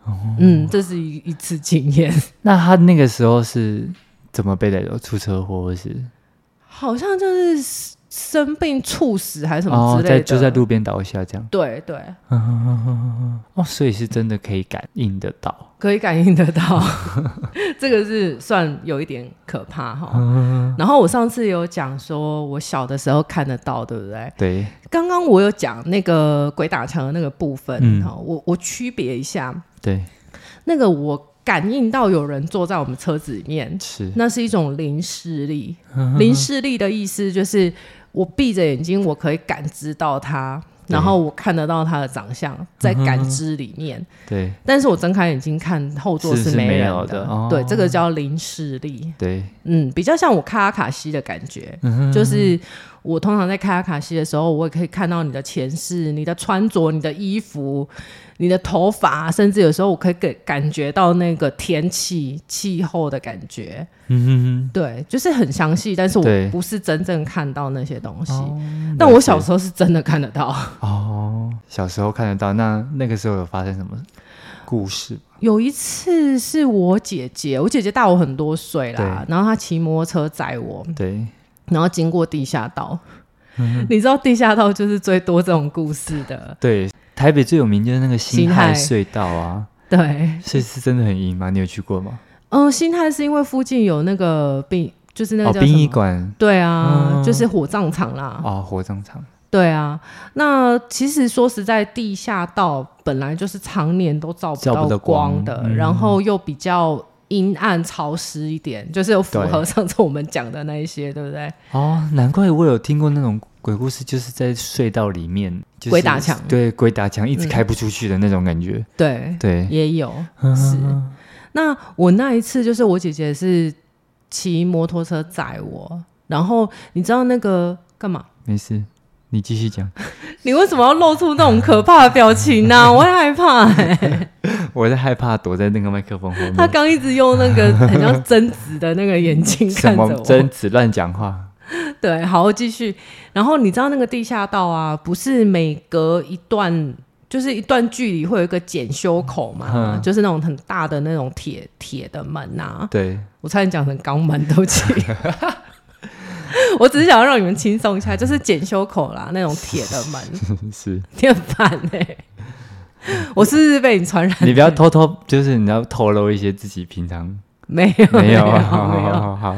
A: 哦
B: 嗯，这是一一次经验， *laughs*
A: 那他那个时候是怎么被带走？出车祸或是
B: 好像就是生病猝死还是什么
A: 哦，
B: 之类的。
A: 在就在路边倒下这样？
B: 对对，
A: 哦，所以是真的可以感应得到。
B: 可以感应得到， *laughs* 这个是算有一点可怕哈。
A: 嗯
B: 然后我上次有讲说，我小的时候看得到，对不对？
A: 对，
B: 刚刚我有讲那个鬼打墙的那个部分
A: 嗯
B: 哈、我我区别一下，
A: 对，
B: 那个我感应到有人坐在我们车子里面，
A: 是，
B: 那是一种零视力。
A: 嗯
B: 零视力的意思就是我闭着眼睛，我可以感知到他，
A: 对
B: 然后我看得到他的长相在感知里面，
A: 对，
B: 但是我睁开眼睛看后座
A: 是是
B: 没
A: 没
B: 人
A: 有的哦
B: 对，这个叫零视力。
A: 对，
B: 嗯，比较像我卡拉卡西的感觉，嗯就是我通常在卡拉卡西的时候，我也可以看到你的前世、你的穿着、你的衣服、你的头发，甚至有时候我可以给感觉到那个天气、气候的感觉。
A: 嗯
B: 对，就是很详细，但是我
A: 对哦
B: 不是真正看到那些东西。
A: 哼，
B: 但我小时候是真的看得到，
A: 哦，小时候看得到，那那个时候有发生什么故事？
B: 有一次是我姐姐，我姐姐大我很多岁啦，然后她骑摩托车载我，
A: 对，
B: 然后经过地下道。
A: 嗯
B: 你知道地下道就是最多这种故事的，
A: 对，台北最有名就是那个
B: 辛
A: 辛亥
B: 亥
A: 隧道啊，
B: 对，
A: 是是真的很阴吗？你有去过吗？
B: 嗯，心态是因为附近有那个殡，就是那个
A: 哦，
B: 叫什么
A: 殡仪，馆
B: 对啊，
A: 嗯
B: 就是火葬场啦，
A: 哦，火葬场，
B: 对啊。那其实说实在，地下道本来就是常年都照
A: 照不
B: 到
A: 到光
B: 的，
A: 嗯
B: 然后又比较阴暗潮湿一点，就是有符合
A: 对
B: 上次我们讲的那一些，对不对？
A: 哦，难怪我有听过那种鬼故事，就是在隧道里面，就是、
B: 鬼打墙嗯
A: 对，鬼打墙一直开不出去的那种感觉，
B: 对，
A: 对，
B: 也有
A: 嗯
B: 是。那我那一次就是我姐姐是骑摩托车载我，然后你知道那个干嘛？
A: 没事，你继续讲， *laughs*
B: 你为什么要露出那种可怕的表情呢、我会害怕哎、
A: 我在害怕躲在那个麦克风后
B: 他
A: 面，
B: 刚一直用那个很像贞子的那个
A: *laughs*
B: 眼睛
A: 什
B: 看着
A: 么
B: 我。
A: 贞子乱讲话，
B: 对，好，我继续。然后你知道那个地下道啊，不是每隔一段就是一段距离会有一个检修口嘛，
A: 嗯
B: 就是那种很大的那种铁铁的门呐、啊。
A: 对，
B: 我差点讲成肛门，对不起。 *laughs* 我只是想要让你们轻松一下，就是检修口啦，那种铁的门，
A: 是
B: 你很烦哎、我是不是被你传染？
A: 你不要偷偷，就是你要透露一些自己平常
B: 没有
A: 没有，啊
B: *laughs* 没
A: 好好
B: 没有
A: 好好好，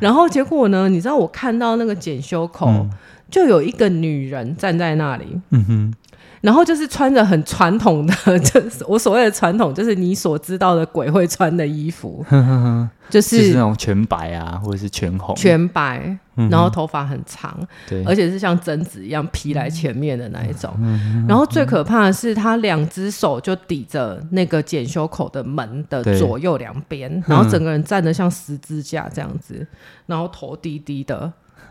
B: 然后结果呢？你知道我看到那个检修口、就有一个女人站在那里，
A: 嗯嗯哼，
B: 然后就是穿着很传统的， *laughs* 就是我所谓的传统，就是你所知道的鬼会穿的衣
A: *laughs*
B: 服，
A: 就
B: 就
A: 是那
B: 是
A: 种全白啊，或者是全红，
B: 全哦白，
A: 嗯哼
B: 然后头发很长，
A: 对，嗯
B: 而且是像贞子一样披来前面的那一种。然后最可怕的是，他两只手就抵着那个检修口的门的
A: 对
B: 左右两边，然后整个人站得像十字架这样子，然后头低低的。 *laughs*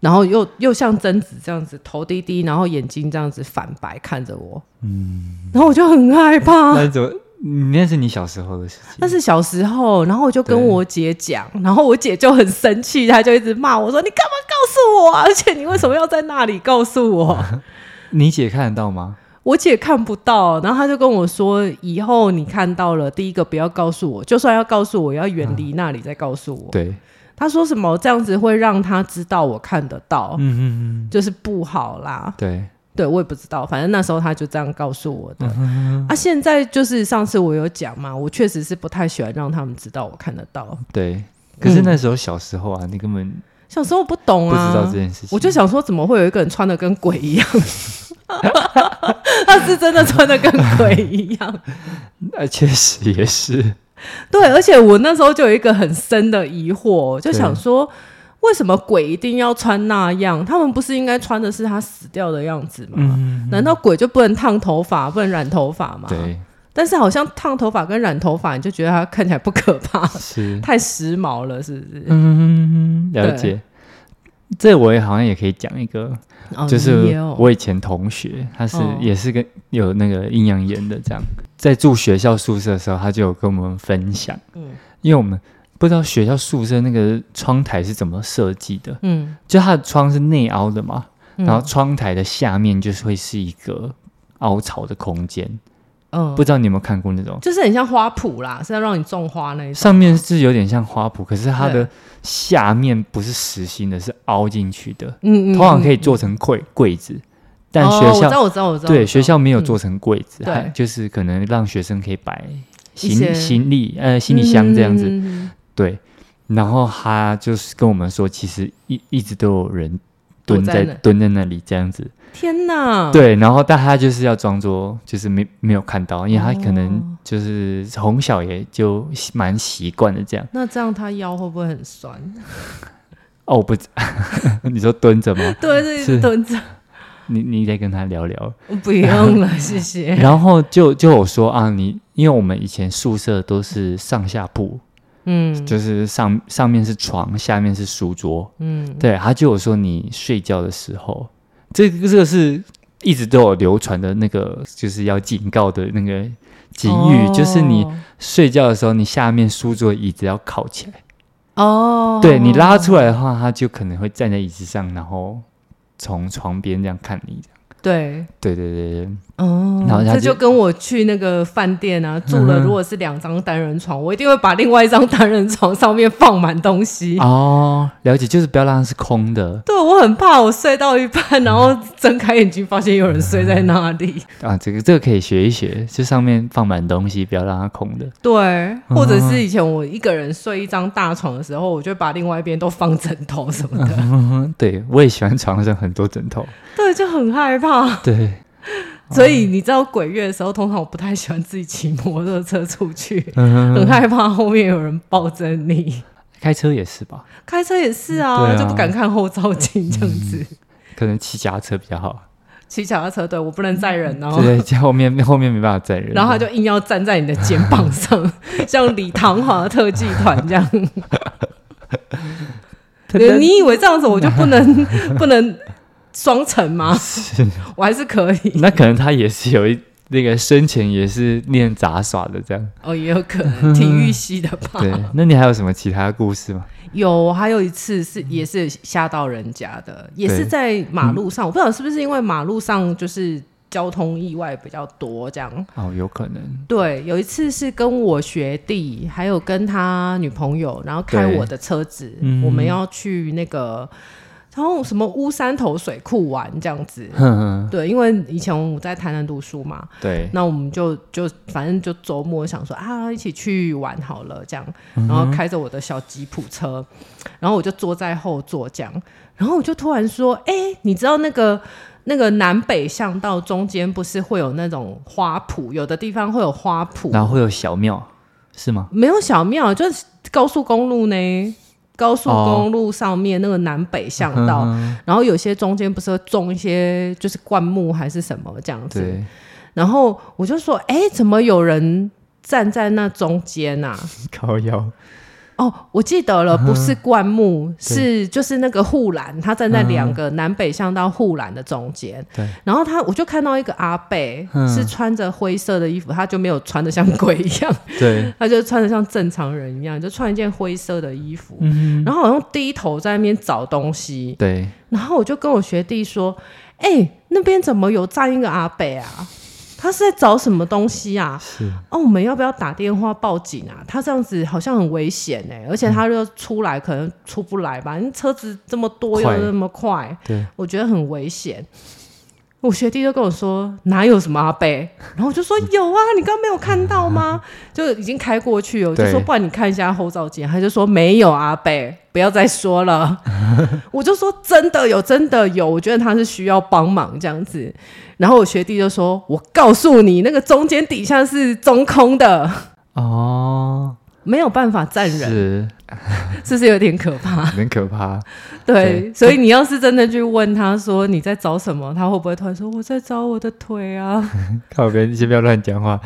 B: 然后又又像贞子这样子，头低低，然后眼睛这样子反白看着我，嗯，然后我就很害怕。
A: 那怎么？嗯那是你小时候的事情，
B: 那是小时候，然后我就跟
A: 对
B: 我姐讲，然后我姐就很生气，她就一直骂我说：“你干嘛告诉我啊？而且你为什么要在那里告诉我
A: 你姐看得到吗？？”
B: 我姐看不到，然后她就跟我说：“以后你看到了，第一个不要告诉我，就算要告诉我，也要远离那里再告诉我。
A: 对，
B: 她说什么这样子会让她知道我看得到，
A: 嗯嗯嗯，
B: 就是不好啦。
A: 对，
B: 对我也不知道，反正那时候他就这样告诉我
A: 嗯
B: 的。啊，现在就是上次我有讲嘛，我确实是不太喜欢让他们知道我看得到。
A: 对。可是那时候小时候啊，你根本
B: 小时候不懂
A: 不
B: 啊，
A: 知道这件事情。
B: 我就想说，怎么会有一个人穿的跟鬼一样？ *laughs* 他是真的穿的跟鬼一样，
A: 呃，确实也是，
B: 对，而且我那时候就有一个很深的疑惑，就想说，为什么鬼一定要穿那样？他们不是应该穿的是他死掉的样子吗？
A: 嗯，
B: 难道鬼就不能烫头发，不能染头发吗？
A: *laughs* 对，
B: 但是好像烫头发跟染头发，你就觉得它看起来不
A: *laughs*
B: 可怕，
A: 是，
B: 太时髦了，是不是？
A: 嗯，了
B: 对
A: 解。这我也好像也可以讲一个，
B: 哦
A: 就是
B: 你也有
A: 我以前同学，他是
B: 哦
A: 也是跟有那个阴阳眼的，这样在住学校宿舍的时候，他就有跟我们分享，
B: 嗯
A: 因为我们不知道学校宿舍那个窗台是怎么设计的，
B: 嗯，
A: 就它的窗是内凹的嘛，
B: 嗯
A: 然后窗台的下面就是会是一个凹槽的空间，
B: 嗯
A: 不知道你有没有看过那种，
B: 就是很像花圃啦，是要让你种花那一种。
A: 上面是有点像花圃，可是它
B: 对
A: 的下面不是实心的，是凹进去的，
B: 嗯嗯，
A: 通常可
B: 以。
A: 以做成柜柜子，但
B: 哦
A: 学
B: 我知
A: 校、
B: 道，我知道，我知道。我
A: 对
B: 知
A: 学
B: 道
A: 校没有做成柜子，
B: 嗯对
A: 还就是可能让学生可以摆
B: 些
A: 行行李呃行李箱这样子，
B: 嗯嗯嗯嗯
A: 对。然后他就是跟我们说，其实一一直都有人蹲在
B: 躲在那嗯
A: 蹲在那里这样子，
B: 天哪！，
A: 对，然后但他就是要装作就是没没有看到，因为他可能
B: 哦
A: 就是从小也就蛮习惯的这样。
B: 那这样他腰会不会很酸？
A: 哦，我不知， *laughs* 你说蹲着吗？
B: 对，这一
A: 是
B: 直蹲着，
A: 你你得跟他聊
B: *laughs*
A: 聊。
B: 不用了，谢谢。
A: 然后就就我说啊，你因为我们以前宿舍都是上下铺，
B: 嗯
A: 就是上上面是床，下面是书桌。
B: 嗯，
A: 对，他就有说你睡觉的时候，这个这个是一直都有流传的那个，就是要警告的那个警语，就是你
B: 哦
A: 睡觉的时候，你下面书桌椅子要靠起来。
B: 哦，
A: 对你拉出来的话，他就可能会站在椅子上，然后从床边这样看你。
B: 对。
A: 对对对对，
B: 哦
A: 然后，他
B: 这
A: 就
B: 就跟我去那个饭店啊住了，如果是两张单人床，我一定会把另外一张单人床上面放满东西。
A: 哦，了解，就是不要让它是空的
B: 对我很怕，我睡到一半，然后睁开眼睛发现有人睡在那里。
A: 啊。这个这个可以学一学，就上面放满东西，不要让它空的。
B: 对，或者是以前我一个人睡一张大床的时候，我就把另外一边都放枕头什么的，
A: 嗯，对我也喜欢床上很多枕头。
B: 对，就很害怕。
A: *laughs* 对，
B: 所
A: 嗯
B: 以你知道鬼月的时候，通常我不太喜欢自己骑摩托车出去，
A: 嗯
B: 很害怕后面有人抱着你。
A: 开车也是吧，
B: 开车也是啊，
A: 对啊嗯
B: 就不敢看后照镜这样子。
A: 可能骑脚踏车比较好。
B: 骑脚踏车，对我不能载人哦。
A: 对，在后面 *laughs* 后面没办法载人。*laughs*
B: 然后他就硬要站在你的肩膀上， *laughs* 像李唐华特技团这样。
A: 他
B: 你你以为这样子我就不能
A: *laughs*
B: 不能双层吗？我还是可以
A: 那可能他也是有一那个生前也是练杂耍的这 *laughs* 样。
B: 哦，也有可能体育系的吧。
A: 对，那你还有什么其他故事 *laughs* 吗？
B: 有，还有一次是也是吓到人家的，也
A: 嗯
B: 是
A: 对
B: 在马路上，我不知道是不是因为马路上就是交通意外比较多这样。
A: 哦，有可能。
B: 对，有一次是跟我学弟，还有跟他女朋友，然后开
A: 对
B: 我的车子
A: 嗯，
B: 我们要去那个，然后什么乌山头水库玩这样子。
A: 哼哼，
B: 对，因为以前我在台南读书嘛，
A: 对，
B: 那我们就就反正就周末想说啊，一起去玩好了这样，
A: 嗯
B: 然后开着我的小吉普车，然后我就坐在后座这样，然后我就突然说，哎、你知道那个那个南北巷道中间不是会有那种花圃，有的地方会有花圃，
A: 然后会有小庙，是吗？
B: 没有小庙，就是高速公路呢。高速公路上面那个南北巷道，
A: 嗯
B: 然后有些中间不是会种一些就是灌木还是什么这样子，
A: 对，
B: 然后我就说，哎，怎么有人站在那中间啊？
A: 靠腰，
B: 哦，我记得了，不是灌木，
A: 嗯对
B: 是就是那个护栏，他站在
A: 嗯
B: 两个南北向到护栏的中间。
A: 对，
B: 然后他我就看到一个阿贝、
A: 嗯
B: 是穿着灰色的衣服，他就没有穿的像鬼一样， *laughs*
A: 对，
B: 他就穿的像正常人一样，就穿一件灰色的衣服。
A: 嗯哼，
B: 然后好像低头在那边找东西，
A: 对，
B: 然后我就跟我学弟说：“哎、那边怎么有站一个阿北啊？他是在找什么东西啊？
A: 是，
B: 哦，我们要不要打电话报警啊？他这样子好像很危险哎、而且他又出来可能出不来吧，因为车子这么多又
A: 快
B: 那么快，
A: 对，
B: 我觉得很危险。”我学弟就跟我说：“哪有什么阿贝？”然后我就说：“有啊，你刚刚没有看
A: *laughs*
B: 到吗？就已经开过去了。”我就说：“
A: 对
B: 不然你看一下后照镜。”他就说：“没有啊阿贝，不要再说
A: *laughs*
B: 了。”我就说：“真的有，真的有，我觉得他是需要帮忙这样子。”然后我学弟就说：“我告诉你，那个中间底下是中空的，
A: 哦，
B: 没有办法站
A: *laughs*
B: 人，
A: 是，
B: 是不是有点可怕？
A: 很可怕，
B: 对，
A: 对
B: 所以你要是真的去问他说你在找什么，他会不会突然说我在找我的腿啊？
A: 靠边，先不要乱讲话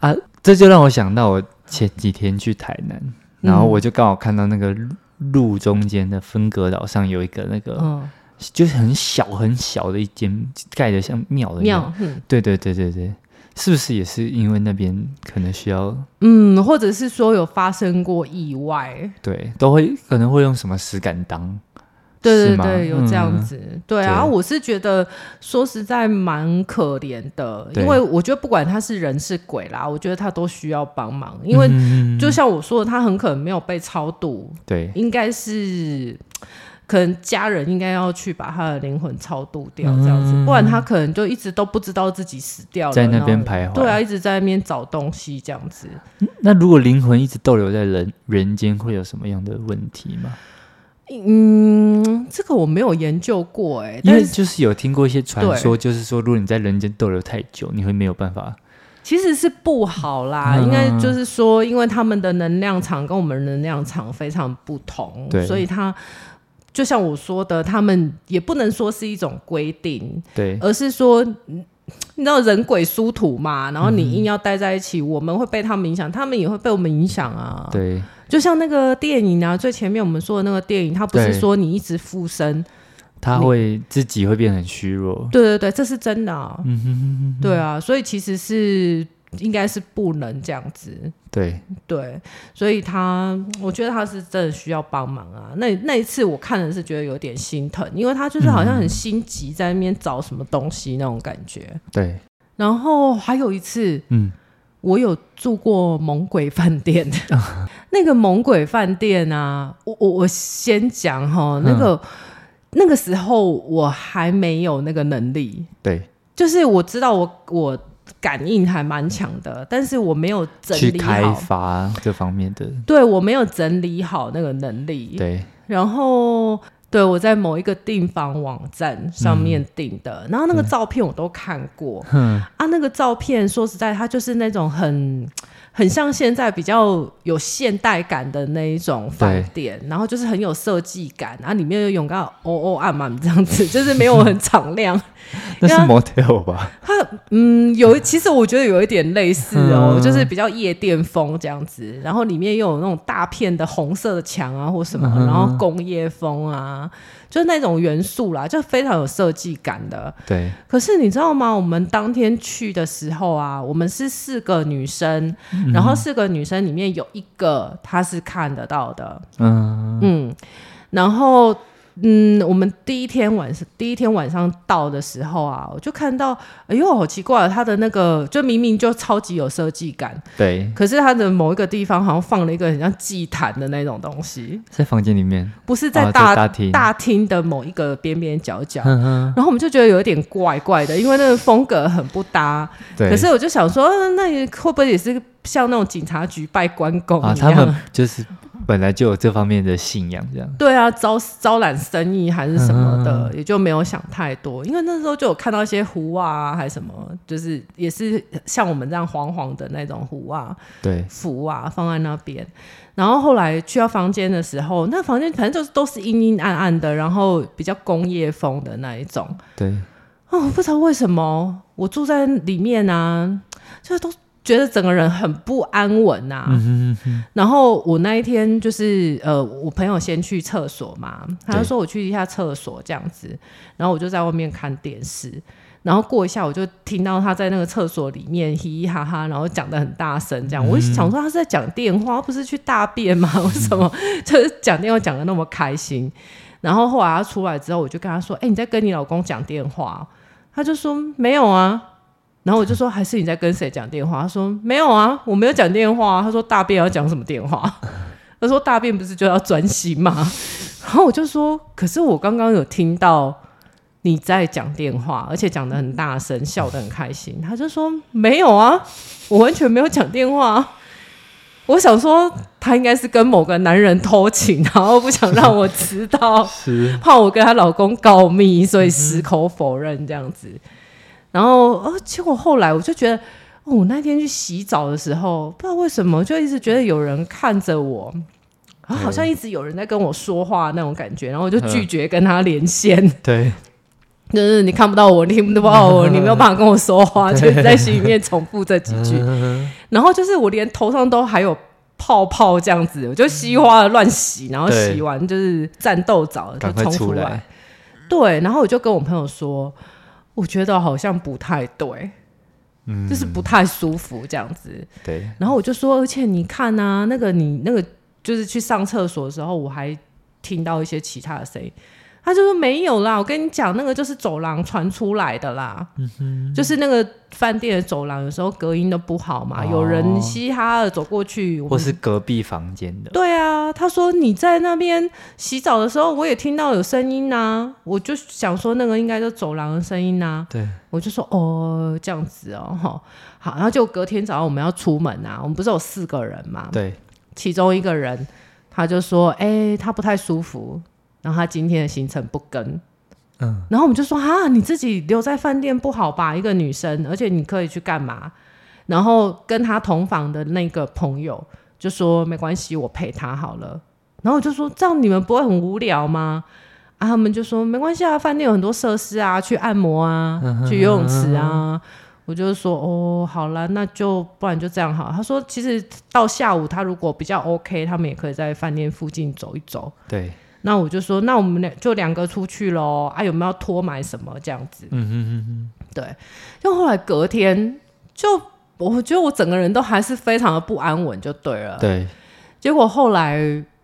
A: 啊！这就让我想到我前几天去台南，
B: 嗯
A: 然后我就刚好看到那个路路中间的分隔岛上有一个那个，
B: 嗯，
A: 就是很小很小的一间盖的像庙的一样。
B: 妙，嗯
A: 对对对对对，是不是也是因为那边可能需要
B: 嗯，或者是说有发生过意外，
A: 对都会可能会用什么石敢当？
B: 对
A: 是
B: 对
A: 吗嗯
B: 对，有这样子，对啊，
A: 对
B: 我是觉得说实在蛮可怜的，
A: 对
B: 因为我觉得不管他是人是鬼啦，我觉得他都需要帮忙，因为
A: 嗯
B: 就像我说的，他很可能没有被超度，
A: 对
B: 应该是可能家人应该要去把他的灵魂超度掉，这样子，
A: 嗯
B: 不然他可能就一直都不知道自己死掉了，
A: 在那边
B: 然后
A: 徘徊
B: 对啊，一直在那边找东西这样子。
A: 那如果灵魂一直逗留在人人间，会有什么样的问题吗？
B: 嗯，这个我没有研究过、哎，
A: 因
B: 但
A: 为
B: 是
A: 就是有听过一些传说，就是说如果你在人间逗留太久，你会没有办法。
B: 其实是不好啦，
A: 嗯
B: 应该就是说，因为他们的能量场跟我们能量场非常不同，
A: 对
B: 所以他。就像我说的，他们也不能说是一种规定，
A: 对，
B: 而是说，嗯你知道人鬼殊途嘛，然后你
A: 嗯
B: 硬要待在一起，我们会被他们影响，他们也会被我们影响啊。，
A: 对，
B: 就像那个电影啊，最前面我们说的那个电影，它不是
A: 对
B: 说你一直附身，
A: 他
B: 你
A: 会自己会变得很虚弱。
B: 对对对，这是真的、啊。
A: 嗯哼哼哼，
B: 对啊，所以其实是应该是不能这样子。
A: 对，
B: 对，所以他，我觉得他是真的需要帮忙啊。那那一次我看的是觉得有点心疼，因为他就是好像很心急在那边找什么东西那种感觉。
A: 对，
B: 然后还有一次，
A: 嗯，
B: 我有住过猛鬼饭店， *laughs* 那个猛鬼饭店啊，我我我先讲哈，那个、那个时候我还没有那个能力，
A: 对，
B: 就是我知道我我感应还蛮强的，但是我没有整
A: 去
B: 理
A: 开
B: 好，
A: 发这方面的，
B: 对我没有整理好那个能力，
A: 对，
B: 然后。对，我在某一个订房网站上面订的，然后那个
A: 嗯
B: 照片我都看过，
A: 哼，
B: 啊，那个照片说实在，它就是那种很很像现在比较有现代感的那一种饭店，然后就是很有设计感，啊，里面有永告哦哦暗满这样子，就是没有很敞亮。
A: 那是
B: 对啊
A: motel 吧？
B: 嗯，有，其实我觉得有一点类似哦，
A: 嗯
B: 就是比较夜店风这样子，然后里面又有那种大片的红色的墙啊或什么，然后工业风啊，就是那种元素啦，就非常有设计感的。 *laughs*
A: 对，
B: 可是你知道吗？我们当天去的时候啊，我们是四个女生，然后四个女生里面有一个她是看得到的，
A: 嗯，
B: 嗯，然后嗯，我们第一天晚上第一天晚上到的时候啊，我就看到，哎呦，好奇怪、哦，她的那个就明明就超级有设计感，
A: 对，
B: 可是她的某一个地方好像放了一个很像祭坛的那种东西，
A: 在房间里面，
B: 不是
A: 啊
B: 在
A: 在
B: 大、
A: 大厅
B: 大厅的某一个边边角
A: *laughs*
B: 角，
A: 哼哼，
B: 然后我们就觉得有一点怪怪的，因为那个风格很不搭。
A: 对，
B: 可是我就呃想说，嗯那会不会也是像那种警察局拜关公一样？
A: 啊啊，他们就是本来就有这方面的信仰，这样。
B: 对啊，招招揽生意还是什么的，也就没有想太多，因为那时候就有看到一些壶啊，还什么，就是也是像我们这样黄黄的那种壶啊、
A: 对，
B: 符啊放在那边。然后后来去到房间的时候，那房间反正就是都是阴阴暗暗的，然后比较工业风的那一种。
A: 对，
B: 哦，我不知道为什么我住在里面啊，就是都觉得整个人很不安稳啊呐、
A: 嗯哼哼
B: 然后我那一天就是呃，我朋友先去厕所嘛，他就
A: 对
B: 说我去一下厕所这样子，然后我就在外面看电视，然后过一下我就听到他在那个厕所里面嘻嘻哈哈，然后讲的很大声这样，我就想说他是在讲电话，不是去大便吗？ *laughs* 为什么就是讲电话讲的那么开心？然后后来他出来之后，我就跟他说：“哎、你在跟你老公讲电话哦？”他就说：“没有啊。”然后我就说：“还是你在跟谁讲电话？”他说：“没有啊，我没有讲电话啊、他说：“大便要讲什么电话？” *laughs* 他说：“大便不是就要专心吗？”然后我就说：“可是我刚刚有听到你在讲电话，而且讲的很大声，笑得很开心。”他就说：“没有啊，我完全没有讲电话啊。”我想说，他应该是跟某个男人偷情，然后不想让我知道。
A: *laughs* 是，
B: 怕我跟她老公告密，所以矢口否认这样子。然后，哦，结果后来我就觉得，哦，我那天去洗澡的时候，不知道为什么就一直觉得有人看着我，然后好像一直有人在跟我说话那种感觉，然后我就拒绝跟他连线，
A: *laughs* 对，
B: 就是你看不到我，你听不到我，你没有办法跟我说话，就一直在心里面重复这几句。然后就是我连头上都还有泡泡这样子，我就稀花的乱洗，然后
A: 对
B: 洗完就是战斗澡就
A: 赶快
B: 冲
A: 出
B: 出来
A: 来。，
B: 对，然后我就跟我朋友说，我觉得好像不太对，
A: 嗯
B: 就是不太舒服这样子。
A: 对，
B: 然后我就说，而且你看啊，那个你那个就是去上厕所的时候，我还听到一些其他的声音。他就说没有啦，我跟你讲，那个就是走廊传出来的啦，
A: 嗯
B: 就是那个饭店的走廊有时候隔音都不好嘛，有人
A: 哦
B: 嘻哈的走过去，我
A: 或
B: 们
A: 是隔壁房间的，
B: 对啊，他说你在那边洗澡的时候，我也听到有声音呐、我就想说那个应该就走廊的声音呐、
A: 对，
B: 我就说哦这样子哦，吼好，然后就隔天早上我们要出门啊，我们不是有四个人嘛，
A: 对，
B: 其中一个人他就说，哎、他不太舒服，然后他今天的行程不跟，
A: 嗯，
B: 然后我们就说啊，你自己留在饭店不好吧？一个女生，而且你可以去干嘛？然后跟她同房的那个朋友就说没关系，我陪她好了。然后我就说这样你们不会很无聊吗？啊，他们就说没关系啊，饭店有很多设施啊，去按摩啊，去游泳池啊。我就说哦，好了，那就不然就这样好了。他说其实到下午他如果比较 OK，他们也可以在饭店附近走一走。
A: 对，
B: 那我就说，那我们俩就两个出去喽。啊，有没有要托买什么这样子？
A: 嗯哼哼
B: 对，就后来隔天，就我觉得我整个人都还是非常的不安稳，就对了。
A: 哼，对，
B: 结果后来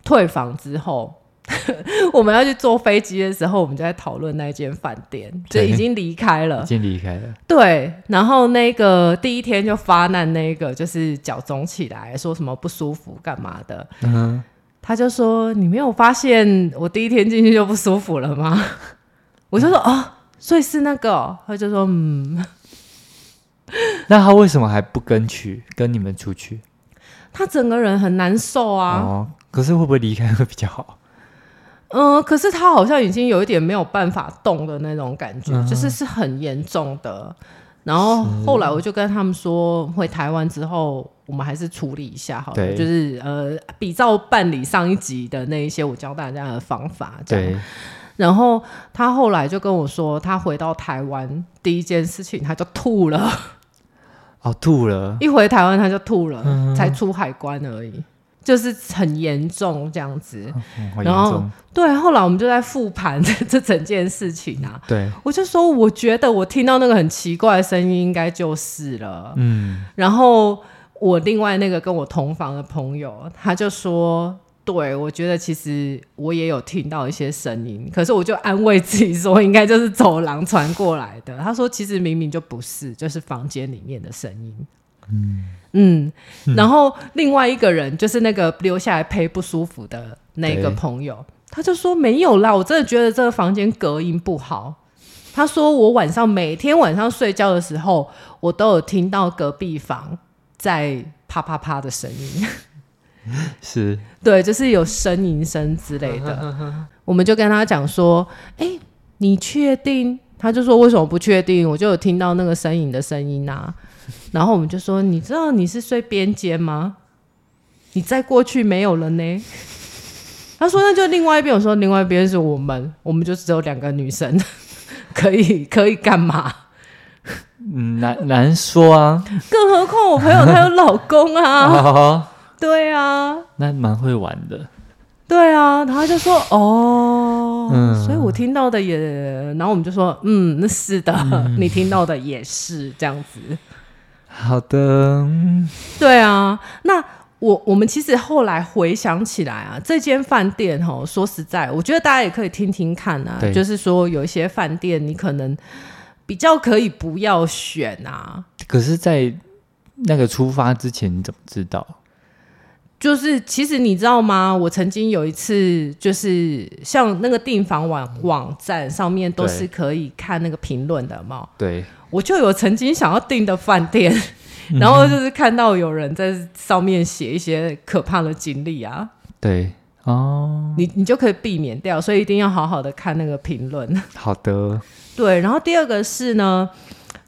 B: 退房之后， *laughs* 我们要去坐飞机的时候，我们就在讨论那间饭店，就
A: 对
B: 已经离开
A: 已
B: 了。
A: 经离开了，
B: 对，然后那个第一天就发难，那个就是脚肿起来，说什么不舒服干嘛的。
A: 嗯，
B: 他就说：“你没有发现我第一天进去就不舒服了吗？” *laughs* 我就说：“哦，所以是那个哦、他就说：“嗯，
A: 那他为什么还不跟去跟你们出去？
B: 他整个人很难受啊，
A: 哦，可是会不会离开会比较好？
B: 嗯、可是他好像已经有一点没有办法动的那种感
A: 嗯
B: 觉，就是是很严重的。”然后后来我就跟他们说，回台湾之后，我们还是处理一下好了，
A: 对
B: 就是呃，比照办理上一集的那一些我教大家的方法， *laughs* 这样
A: 对，
B: 然后他后来就跟我说，他回到台湾第一件事情他就吐了， *laughs*
A: 哦，吐了，
B: 一回台湾他就吐了，才出海关而已，就是很严重这样子。
A: 嗯好严
B: 然后
A: 重，
B: 对，后来我们就在复盘 *laughs* 这这整件事情啊，
A: 对，
B: 我就说我觉得我听到那个很奇怪的声音应该就是了，
A: 嗯，
B: 然后我另外那个跟我同房的朋友，他就说。对，我觉得其实我也有听到一些声音，可是我就安慰自己说，应该就是走廊传过来的。他说，其实明明就不是，就是房间里面的声音。嗯然后另外一个人就是那个留下来陪不舒服的那个
A: 对
B: 朋友，他就说没有啦，我真的觉得这个房间隔音不好，他说我晚上每天晚上睡觉的时候，我都有听到隔壁房在啪啪啪的声音。 *laughs*
A: 是
B: 对，就是有呻吟声之类的。我们就跟他讲说：“哎、你确定？”他就说：“为什么不确定？”我就有听到那个呻吟的声音啊。然后我们就说：“你知道你是睡边间吗？你再过去没有了呢。”他说：“那就另外一边。”我说：“另外一边是我们，我们就只有两个女生， *laughs* 可以可以干嘛？
A: 嗯难难说啊。
B: 更何况我朋友她有老公啊，
A: *laughs* 哦，
B: 对啊，
A: 那蛮会玩的。
B: 对啊，然后他就说哦，
A: 嗯
B: 所以我听到的也，然后我们就说嗯，那是的， *laughs* 你听到的也是这样子。
A: 好的，嗯
B: 对啊，那我我们其实后来回想起来啊，这间饭店哦，说实在，我觉得大家也可以听听看啊
A: 对，
B: 就是说有一些饭店你可能比较可以不要选啊，
A: 可是，在那个出发之前，你怎么知道？
B: 就是其实你知道吗？我曾经有一次，就是像那个订房网网站上面都
A: 对
B: 是可以看那个评论的嘛，
A: 对，
B: 我就有曾经想要订的饭店，然后就是看到有人在上面写一些可怕的经历啊，
A: 对，哦，
B: 你你就可以避免掉，所以一定要好好的看那个评论。 *laughs*
A: 好的，
B: 对，然后第二个是呢，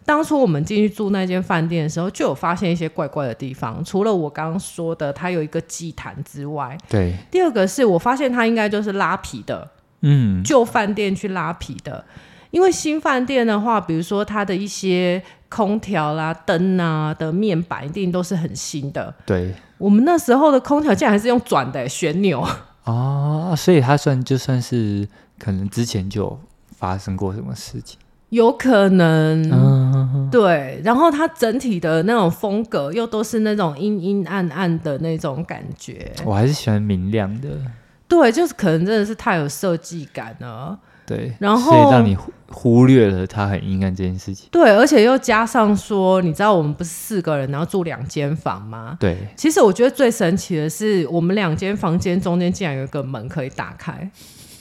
B: 当初我们进去住那间饭店的时候，就有发现一些怪怪的地方，除了我刚刚说的，它有一个祭坛之外。
A: 对，
B: 第二个是我发现他应该就是拉皮的，
A: 嗯，
B: 旧饭店去拉皮的，因为新饭店的话，比如说它的一些空调啦、灯啊的面板一定都是很新的。
A: 对，
B: 我们那时候的空调竟然还是用转的、欸旋钮， *laughs*
A: 哦，所以他算就算是可能之前就有发生过什么事情，
B: 有可能。
A: 嗯，
B: 对，然后它整体的那种风格又都是那种阴阴暗暗的那种感觉，
A: 我还是喜欢明亮的，
B: 对，就是可能真的是太有设计感了。
A: 对，
B: 然
A: 所以
B: 后
A: 让你忽忽略了他很阴暗这件事情，
B: 对，而且又加上说，你知道我们不是四个人，然后住两间房吗？
A: 对，
B: 其实我觉得最神奇的是，我们两间房间中间竟然有一个门可以打开，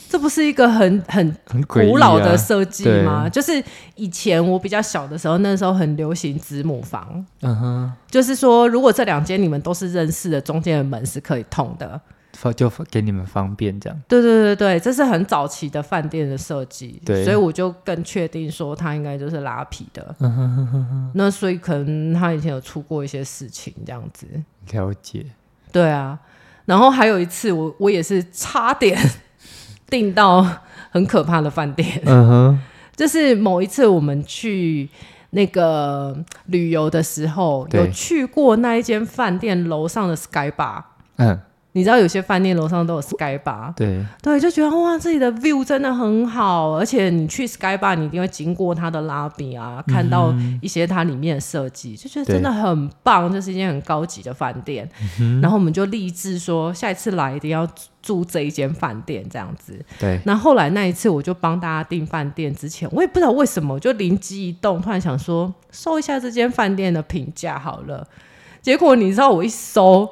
B: 这不是一个很 *laughs* 很
A: 很诡异、啊、
B: 古老的设计吗？
A: 对
B: 就是以前我比较小的时候，那时候很流行子母房，
A: 嗯哼，
B: 就是说如果这两间你们都是认识的，中间的门是可以通的。
A: 方就给你们方便这样，
B: 对对对对，这是很早期的饭店的设计，
A: 对
B: 所以我就更确定说它应该就是拉皮的。
A: 嗯
B: 那所以可能他以前有出过一些事情这样子。
A: 了解，
B: 对啊，然后还有一次我，我也是差点 *laughs* 订到很可怕的饭店， *laughs*
A: 嗯哼，
B: 就是某一次我们去那个旅游的时候，
A: 对
B: 有去过那一间饭店楼上的 Sky Bar。
A: 嗯，
B: 你知道有些饭店楼上都有 Sky Bar，
A: 对，
B: 对，就觉得哇，自己的 view 真的很好，而且你去 Sky Bar，你一定会经过它的拉比啊，看到一些它里面的设计，就觉得
A: 对
B: 真的很棒，这是一间很高级的饭店。然后我们就立志说，下一次来一定要住这一间饭店这样子。
A: 对，
B: *laughs* 那后来那一次，我就帮大家订饭店之前，我也不知道为什么，我就灵机一动，突然想说搜一下这间饭店的评价好了。结果你知道，我一搜，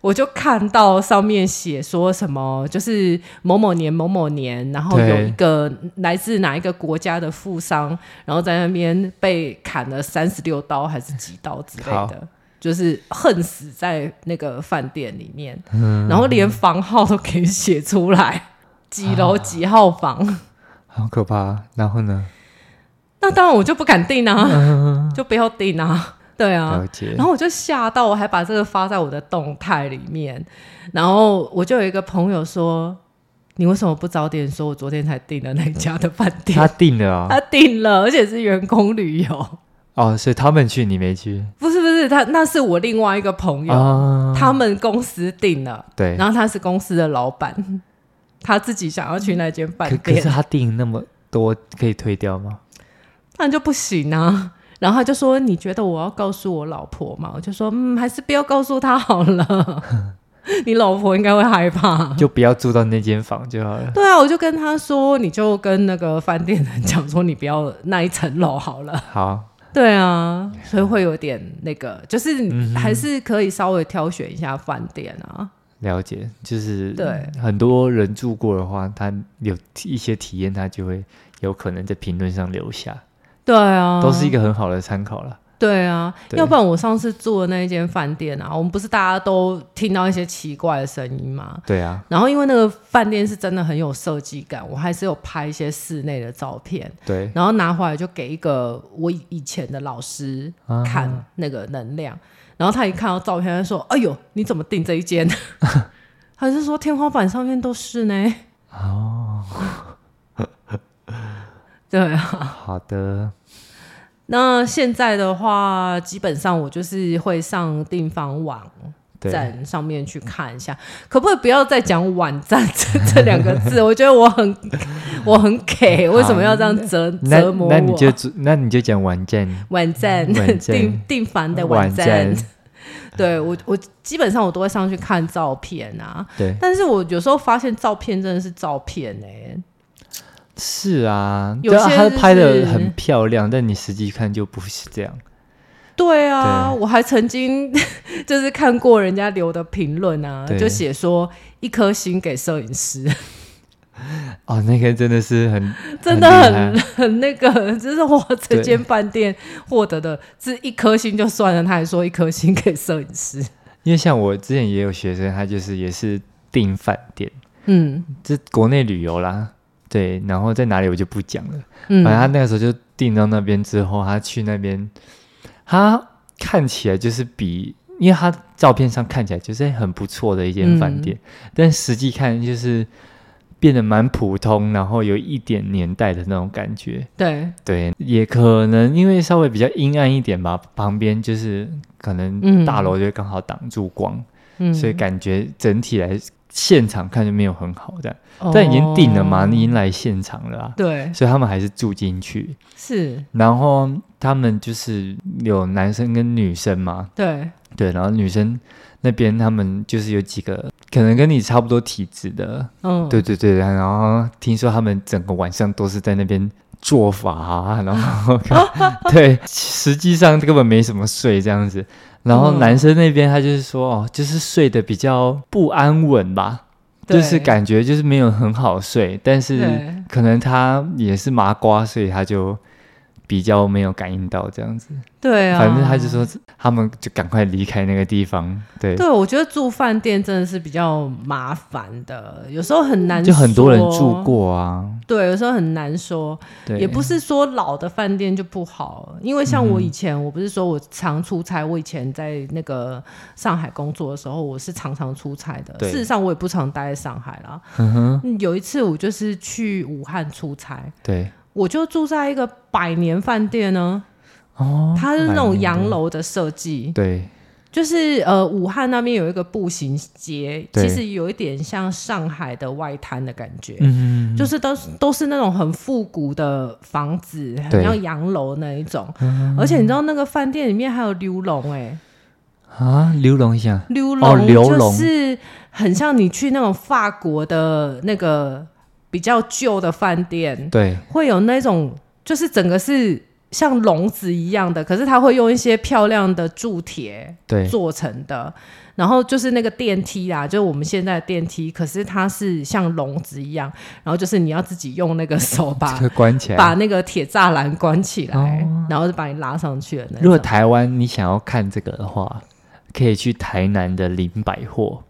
B: 我就看到上面写说什么，就是某某年某某年，然后
A: 对
B: 有一个来自哪一个国家的富商，然后在那边被砍了三十六刀还是几刀之类
A: 好
B: 的。就是恨死在那个饭店里面，
A: 嗯
B: 然后连房号都给写出来，几楼
A: 啊
B: 几号房。
A: 好可怕。然后呢？
B: 那当然我就不敢订啊，就不要订啊，对啊
A: 嗯了。解
B: 然，后我就吓到，我还把这个发在我的动态里面。然后我就有一个朋友说：“你为什么不早点说？我昨天才订的那家的饭店
A: 他，定了啊、
B: *laughs* 他订了，而且是员工旅游，
A: 哦，所以他们去，你没去
B: 不是不是，他那是我另外一个朋友，
A: 啊？
B: 他们公司订了。”
A: 对，
B: 然后他是公司的老板，他自己想要去那间饭
A: 可可
B: 店
A: 是，他定那么多，可以退掉吗？
B: 那就不行啊。然后他就说：“你觉得我要告诉我老婆吗？”我就说：“嗯，还是不要告诉她
A: *laughs*
B: 好了，你老婆应该会害怕。
A: 就不要住到那间房就好了”。
B: 对啊，我就跟他说：“你就跟那个饭店人讲说，你不要那一层楼好了。
A: 好，”
B: 对啊，所以会有点那个，就是还是可以稍微挑选一下饭店啊。
A: 了解，就是
B: 对
A: 很多人住过的话，他有一些体验，他就会有可能在评论上留下，
B: 对啊，
A: 都是一个很好的参考了。
B: 对啊，
A: 对
B: 要不然我上次住的那一间饭店啊，我们不是大家都听到一些奇怪的声音吗？
A: 对啊，
B: 然后因为那个饭店是真的很有设计感，我还是有拍一些室内的照片，
A: 对，
B: 然后拿回来就给一个我以以前的老师
A: 啊
B: 看那个能量，然后他一看到照片，他就说：“哎呦，你怎么订这一间？” *laughs* 还是说天花板上面都是呢？
A: 哦，
B: *laughs* 对啊，
A: 好的，
B: 那现在的话，基本上我就是会上订房网
A: 对，
B: 站上面去看一下，可不可以不要再讲网站这 *laughs* 这两个字？我觉得我很我很给，为什么要这样折
A: 那
B: 折磨我？
A: 那你就只那你就讲完件，
B: 网站
A: 网站
B: 订订房的网
A: 完
B: 站，对我我基本上我都会上去看照片啊，
A: 对，
B: 但是我有时候发现照片真的是照片哎、
A: 是啊，
B: 有
A: 对啊，
B: 些
A: 他
B: 就
A: 拍的
B: 是
A: 很漂亮，但你实际看就不是这样。
B: 对啊，
A: 对
B: 我还曾经 *laughs* 就是看过人家留的评论啊，
A: 对
B: 就写说一颗星给摄影师， *laughs*
A: 哦，那个真的是很
B: 真的
A: 很厉
B: 很很那个， *laughs* 就是我这
A: 对
B: 间饭店获得的是一颗星就算了，他还说一颗星给摄影师，
A: 因为像我之前也有学生，他就是也是订饭店，
B: 嗯
A: 这国内旅游啦，对，然后在哪里我就不讲了。
B: 嗯，
A: 反正他那个时候就订到那边之后，他去那边，他看起来就是比，因为他照片上看起来就是很不错的一间饭店，
B: 嗯
A: 但实际看就是变得蛮普通，然后有一点年代的那种感觉。
B: 对，
A: 对，也可能因为稍微比较阴暗一点吧，旁边就是可能
B: 嗯
A: 大楼就刚好挡住光，
B: 嗯，
A: 所以感觉整体来现场看就没有很好的。但已经定了嘛，
B: 哦
A: 你已经来现场了啊，
B: 对，
A: 所以他们还是住进去。
B: 是，
A: 然后他们就是有男生跟女生嘛，
B: 对，
A: 对，然后女生那边他们就是有几个可能跟你差不多体质的，
B: 嗯，
A: 对对对，然后听说他们整个晚上都是在那边做法、啊，然
B: *laughs*
A: 后对，实际上根本没什么睡这样子。然后
B: 嗯
A: 男生那边他就是说，哦，就是睡得比较不安稳吧，
B: 对
A: 就是感觉就是没有很好睡，但是
B: 对
A: 可能他也是麻瓜，所以他就比较没有感应到这样子。
B: 对啊，
A: 反正他就说，他们就赶快离开那个地方，对，
B: 对，我觉得住饭店真的是比较麻烦的，有时候很难，
A: 就很多人住，过啊，
B: 对，有时候很难说，
A: 对，嗯
B: 也不是说老的饭店就不好，因为像我以前，我不是说我常出差，我以前在那个上海工作的时候，我是常常出差的，
A: 对
B: 事实上我也不常待在上海啦。嗯有一次我就是去武汉出差，
A: 对
B: 我就住在一个百年饭店呢，
A: 哦，
B: 它是那种
A: 蛮
B: 洋楼的设计，
A: 对。
B: 就是呃，武汉那边有一个步行街，
A: 对
B: 其实有一点像上海的外滩的感觉，
A: 嗯，
B: 就是都是都是那种很复古的房子，很
A: 对嗯
B: 像洋楼那一种。而且你知道那个饭店里面还有溜龙哎、
A: 啊，刘龙一下，
B: 溜
A: 哦
B: 龙
A: 溜
B: 就
A: 龙
B: 是很像你去那种法国的那个比较旧的饭店，
A: 对
B: 会有那种就是整个是像笼子一样的，可是它会用一些漂亮的铸铁。
A: 对
B: 做成的。然后就是那个电梯啊，就是我们现在的电梯，可是它是像笼子一样，然后就是你要自己用那个手把
A: *laughs* 这个关起
B: 把
A: 来。
B: 那个铁栅栏关起来，
A: 哦
B: 然后就把你拉上去的那
A: 如果
B: 种。
A: 台湾你想要看这个的话，可以去台南的林百货。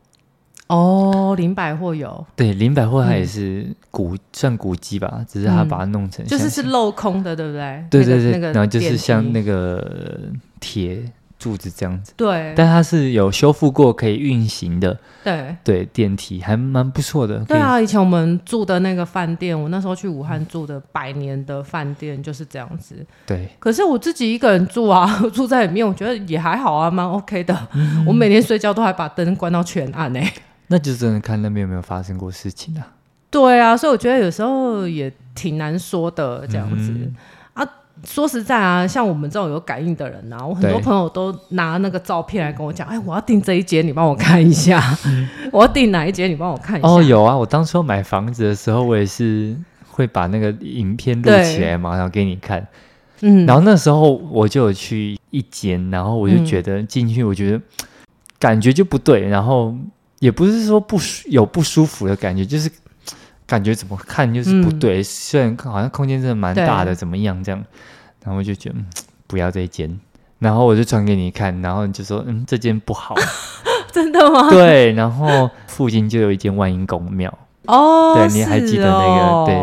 B: 哦，林百货有，
A: 对，林百货它也是古、算古迹吧，只是它把它弄成
B: 嗯就是
A: 像
B: 是镂空的，对不对？
A: 对对对，
B: 那个、那个
A: 然后就是像
B: 电梯
A: 那个铁柱子这样子，
B: 对
A: 但它是有修复过可以运行的，
B: 对。
A: 对电梯还蛮不错的。可
B: 对
A: 以，
B: 啊，以前我们住的那个饭店，我那时候去武汉住的百年的饭店就是这样子。
A: 对
B: 可是我自己一个人住啊， *laughs* 住在里面，我觉得也还好啊，蛮 OK 的。
A: 嗯
B: 我每天睡觉都还把灯关到全暗欸呢、
A: 那就真的看那边有没有发生过事情啊。
B: 对啊，所以我觉得有时候也挺难说的，这样子、
A: 嗯
B: 啊。说实在啊，像我们这种有感应的人啊，我很
A: 对
B: 多朋友都拿那个照片来跟我讲，哎，我要订这一间，你帮我看一下；我要订哪一间，你帮我看一下。
A: 嗯哦，有啊，我当初买房子的时候，我也是会把那个影片录起来嘛，然后给你看。
B: 嗯，
A: 然后那时候我就有去一间，然后我就
B: 嗯
A: 觉得进去，我觉得、感觉就不对，然后也不是说不舒有不舒服的感觉，就是感觉怎么看就是不
B: 嗯
A: 对，虽然好像空间真的蛮
B: 对
A: 大的，怎么样这样，然后我就觉得、嗯不要这一间，然后我就传给你看，然后你就说嗯这间不
B: *laughs*
A: 好，
B: 真的吗？
A: 对，然后附近就有一间万英宫庙，
B: 哦，
A: 对你还记得那个
B: 是哦
A: 对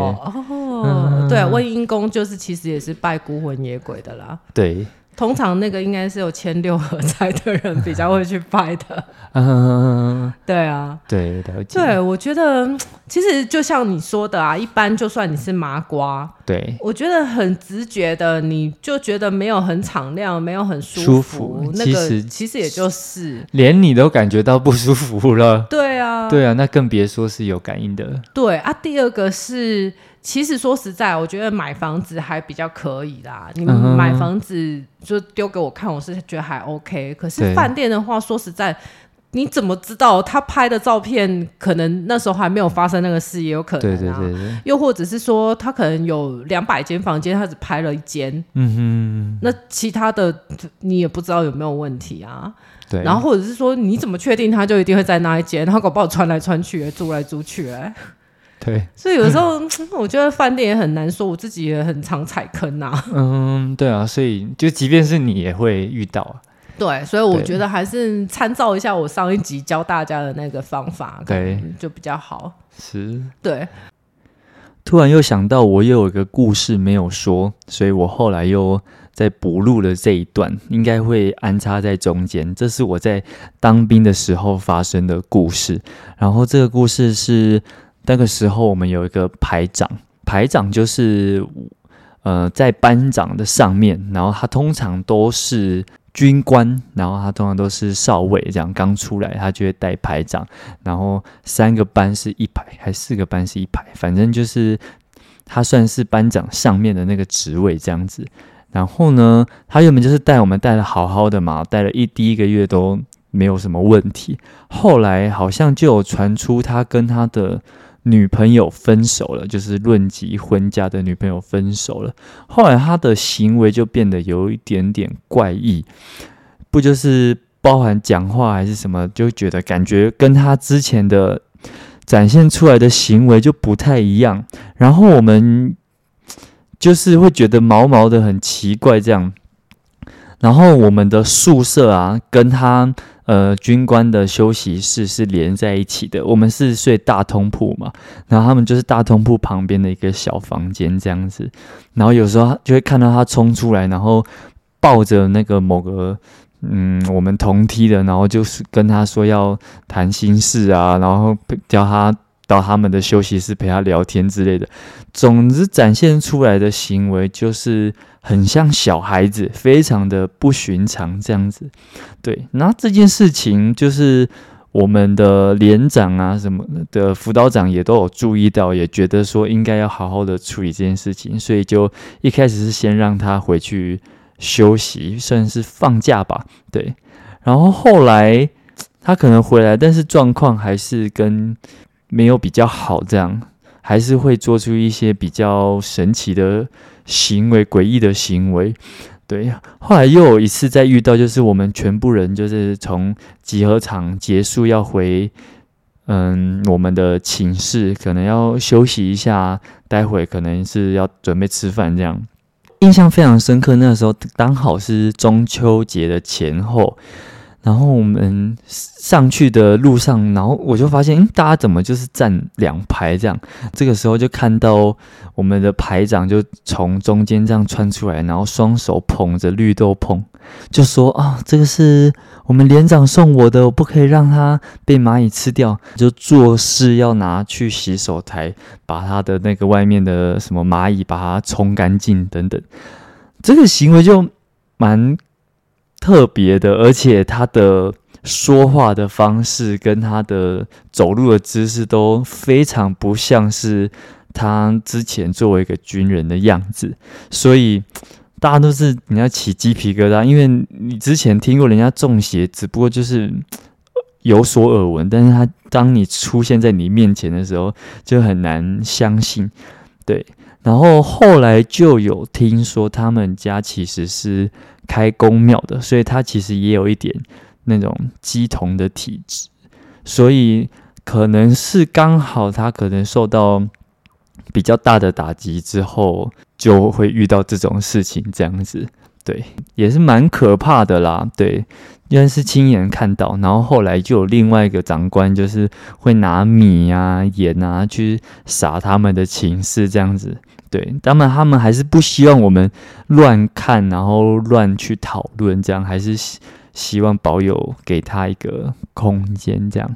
A: 嗯
B: 哦，对，问阴公就是其实也是拜孤魂野鬼的啦。
A: 对，
B: 通常那个应该是有签六合彩的人比较会去拜的，
A: 嗯，
B: 对啊。
A: *laughs* 对，了解，
B: 对，我觉得嗯其实就像你说的啊，一般就算你是麻瓜，
A: 对
B: 我觉得很直觉的，你就觉得没有很敞亮，没有很
A: 舒
B: 服，
A: 服
B: 那
A: 其
B: 个
A: 实
B: 其实也就是
A: 连你都感觉到不舒服了，
B: 对啊，
A: 对啊，那更别说是有感应的，
B: 对啊。第二个是，其实说实在，我觉得买房子还比较可以啦。你
A: 嗯哼
B: 买房子就丢给我看，我是觉得还 OK。可是
A: 对
B: 饭店的话，说实在。你怎么知道他拍的照片？可能那时候还没有发生那个事，也有可能、
A: 对
B: 啊。
A: 对对对，
B: 又或者是说，他可能有两百间房间，他只拍了一间，
A: 嗯
B: 那其他的你也不知道有没有问题啊。
A: 哼，对，
B: 然后或者是说，你怎么确定他就一定会在那一间？然后搞不好穿来穿去，租来租去，哎，
A: 对，
B: 所以有时候嗯我觉得饭店也很难说，我自己也很常踩坑啊。
A: 嗯，对啊，所以就即便是你也会遇到啊，
B: *laughs* 对，所以我
A: 对
B: 觉得还是参照一下我上一集教大家的那个方法，可
A: 对
B: 能就比较好。
A: 是。
B: 对，
A: 突然又想到，我又有一个故事没有说，所以我后来又在补录了这一段，应该会安插在中间。这是我在当兵的时候发生的故事。然后这个故事是那个时候我们有一个排长，排长就是呃在班长的上面，然后他通常都是军官，然后他通常都是少尉，这样刚出来他就会带排长，然后三个班是一排，还四个班是一排，反正就是他算是班长上面的那个职位这样子。然后呢，他原本就是带我们带的好好的嘛，带了一第一个月都没有什么问题。后来好像就有传出他跟他的女朋友分手了，就是论及婚嫁的女朋友分手了。后来他的行为就变得有一点点怪异，不就是包含讲话还是什么，就觉得感觉跟他之前的展现出来的行为就不太一样。然后我们就是会觉得毛毛的很奇怪这样。然后我们的宿舍啊，跟他呃军官的休息室是连在一起的，我们是睡大通铺嘛，然后他们就是大通铺旁边的一个小房间这样子。然后有时候就会看到他冲出来，然后抱着那个某个嗯我们同梯的，然后就是跟他说要谈心事啊，然后叫他到他们的休息室陪他聊天之类的。总之展现出来的行为就是很像小孩子，非常的不寻常这样子。对，然后这件事情就是。我们的连长啊什么的辅导长也都有注意到，也觉得说应该要好好的处理这件事情，所以就一开始是先让他回去休息，算是放假吧，对。然后后来他可能回来，但是状况还是跟没有比较好，这样还是会做出一些比较神奇的行为、诡异的行为。对，后来又有一次再遇到，就是我们全部人就是从集合场结束要回，嗯，我们的寝室可能要休息一下，待会可能是要准备吃饭这样。印象非常深刻，那时候刚好是中秋节的前后，然后我们上去的路上，然后我就发现，嗯，大家怎么就是站两排这样？这个时候就看到我们的排长就从中间这样窜出来，然后双手捧着绿豆椪，就说啊，这个是我们连长送我的，我不可以让它被蚂蚁吃掉，就做事要拿去洗手台，把它的那个外面的什么蚂蚁把它冲干净等等。这个行为就蛮特别的，而且他的说话的方式跟他的走路的姿势都非常不像是他之前作为一个军人的样子，所以大家都是你要起鸡皮疙瘩，因为你之前听过人家中邪，只不过就是有所耳闻，但是他当你出现在你面前的时候，就很难相信，对。然后后来就有听说他们家其实是开公庙的，所以他其实也有一点那种鸡童的体质，所以可能是刚好他可能受到比较大的打击之后，就会遇到这种事情这样子。对，也是蛮可怕的啦。对，因为是亲眼看到，然后后来就有另外一个长官，就是会拿米啊、盐啊去撒他们的情势，这样子。对，当然他们还是不希望我们乱看，然后乱去讨论，这样还是希希望保有给他一个空间，这样。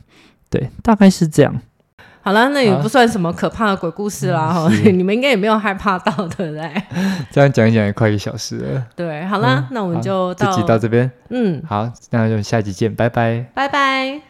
A: 对，大概是这样。
B: 好了，那也不算什么可怕的鬼故事啦，哈、
A: 是
B: *laughs* 你们应该也没有害怕到，对不对？
A: 这样讲一讲也快一小时了，
B: 对，好啦，
A: 嗯
B: 那我们
A: 好
B: 就
A: 这
B: 到，
A: 集到这边，
B: 嗯，
A: 好，那就下集见，拜拜。
B: 拜拜。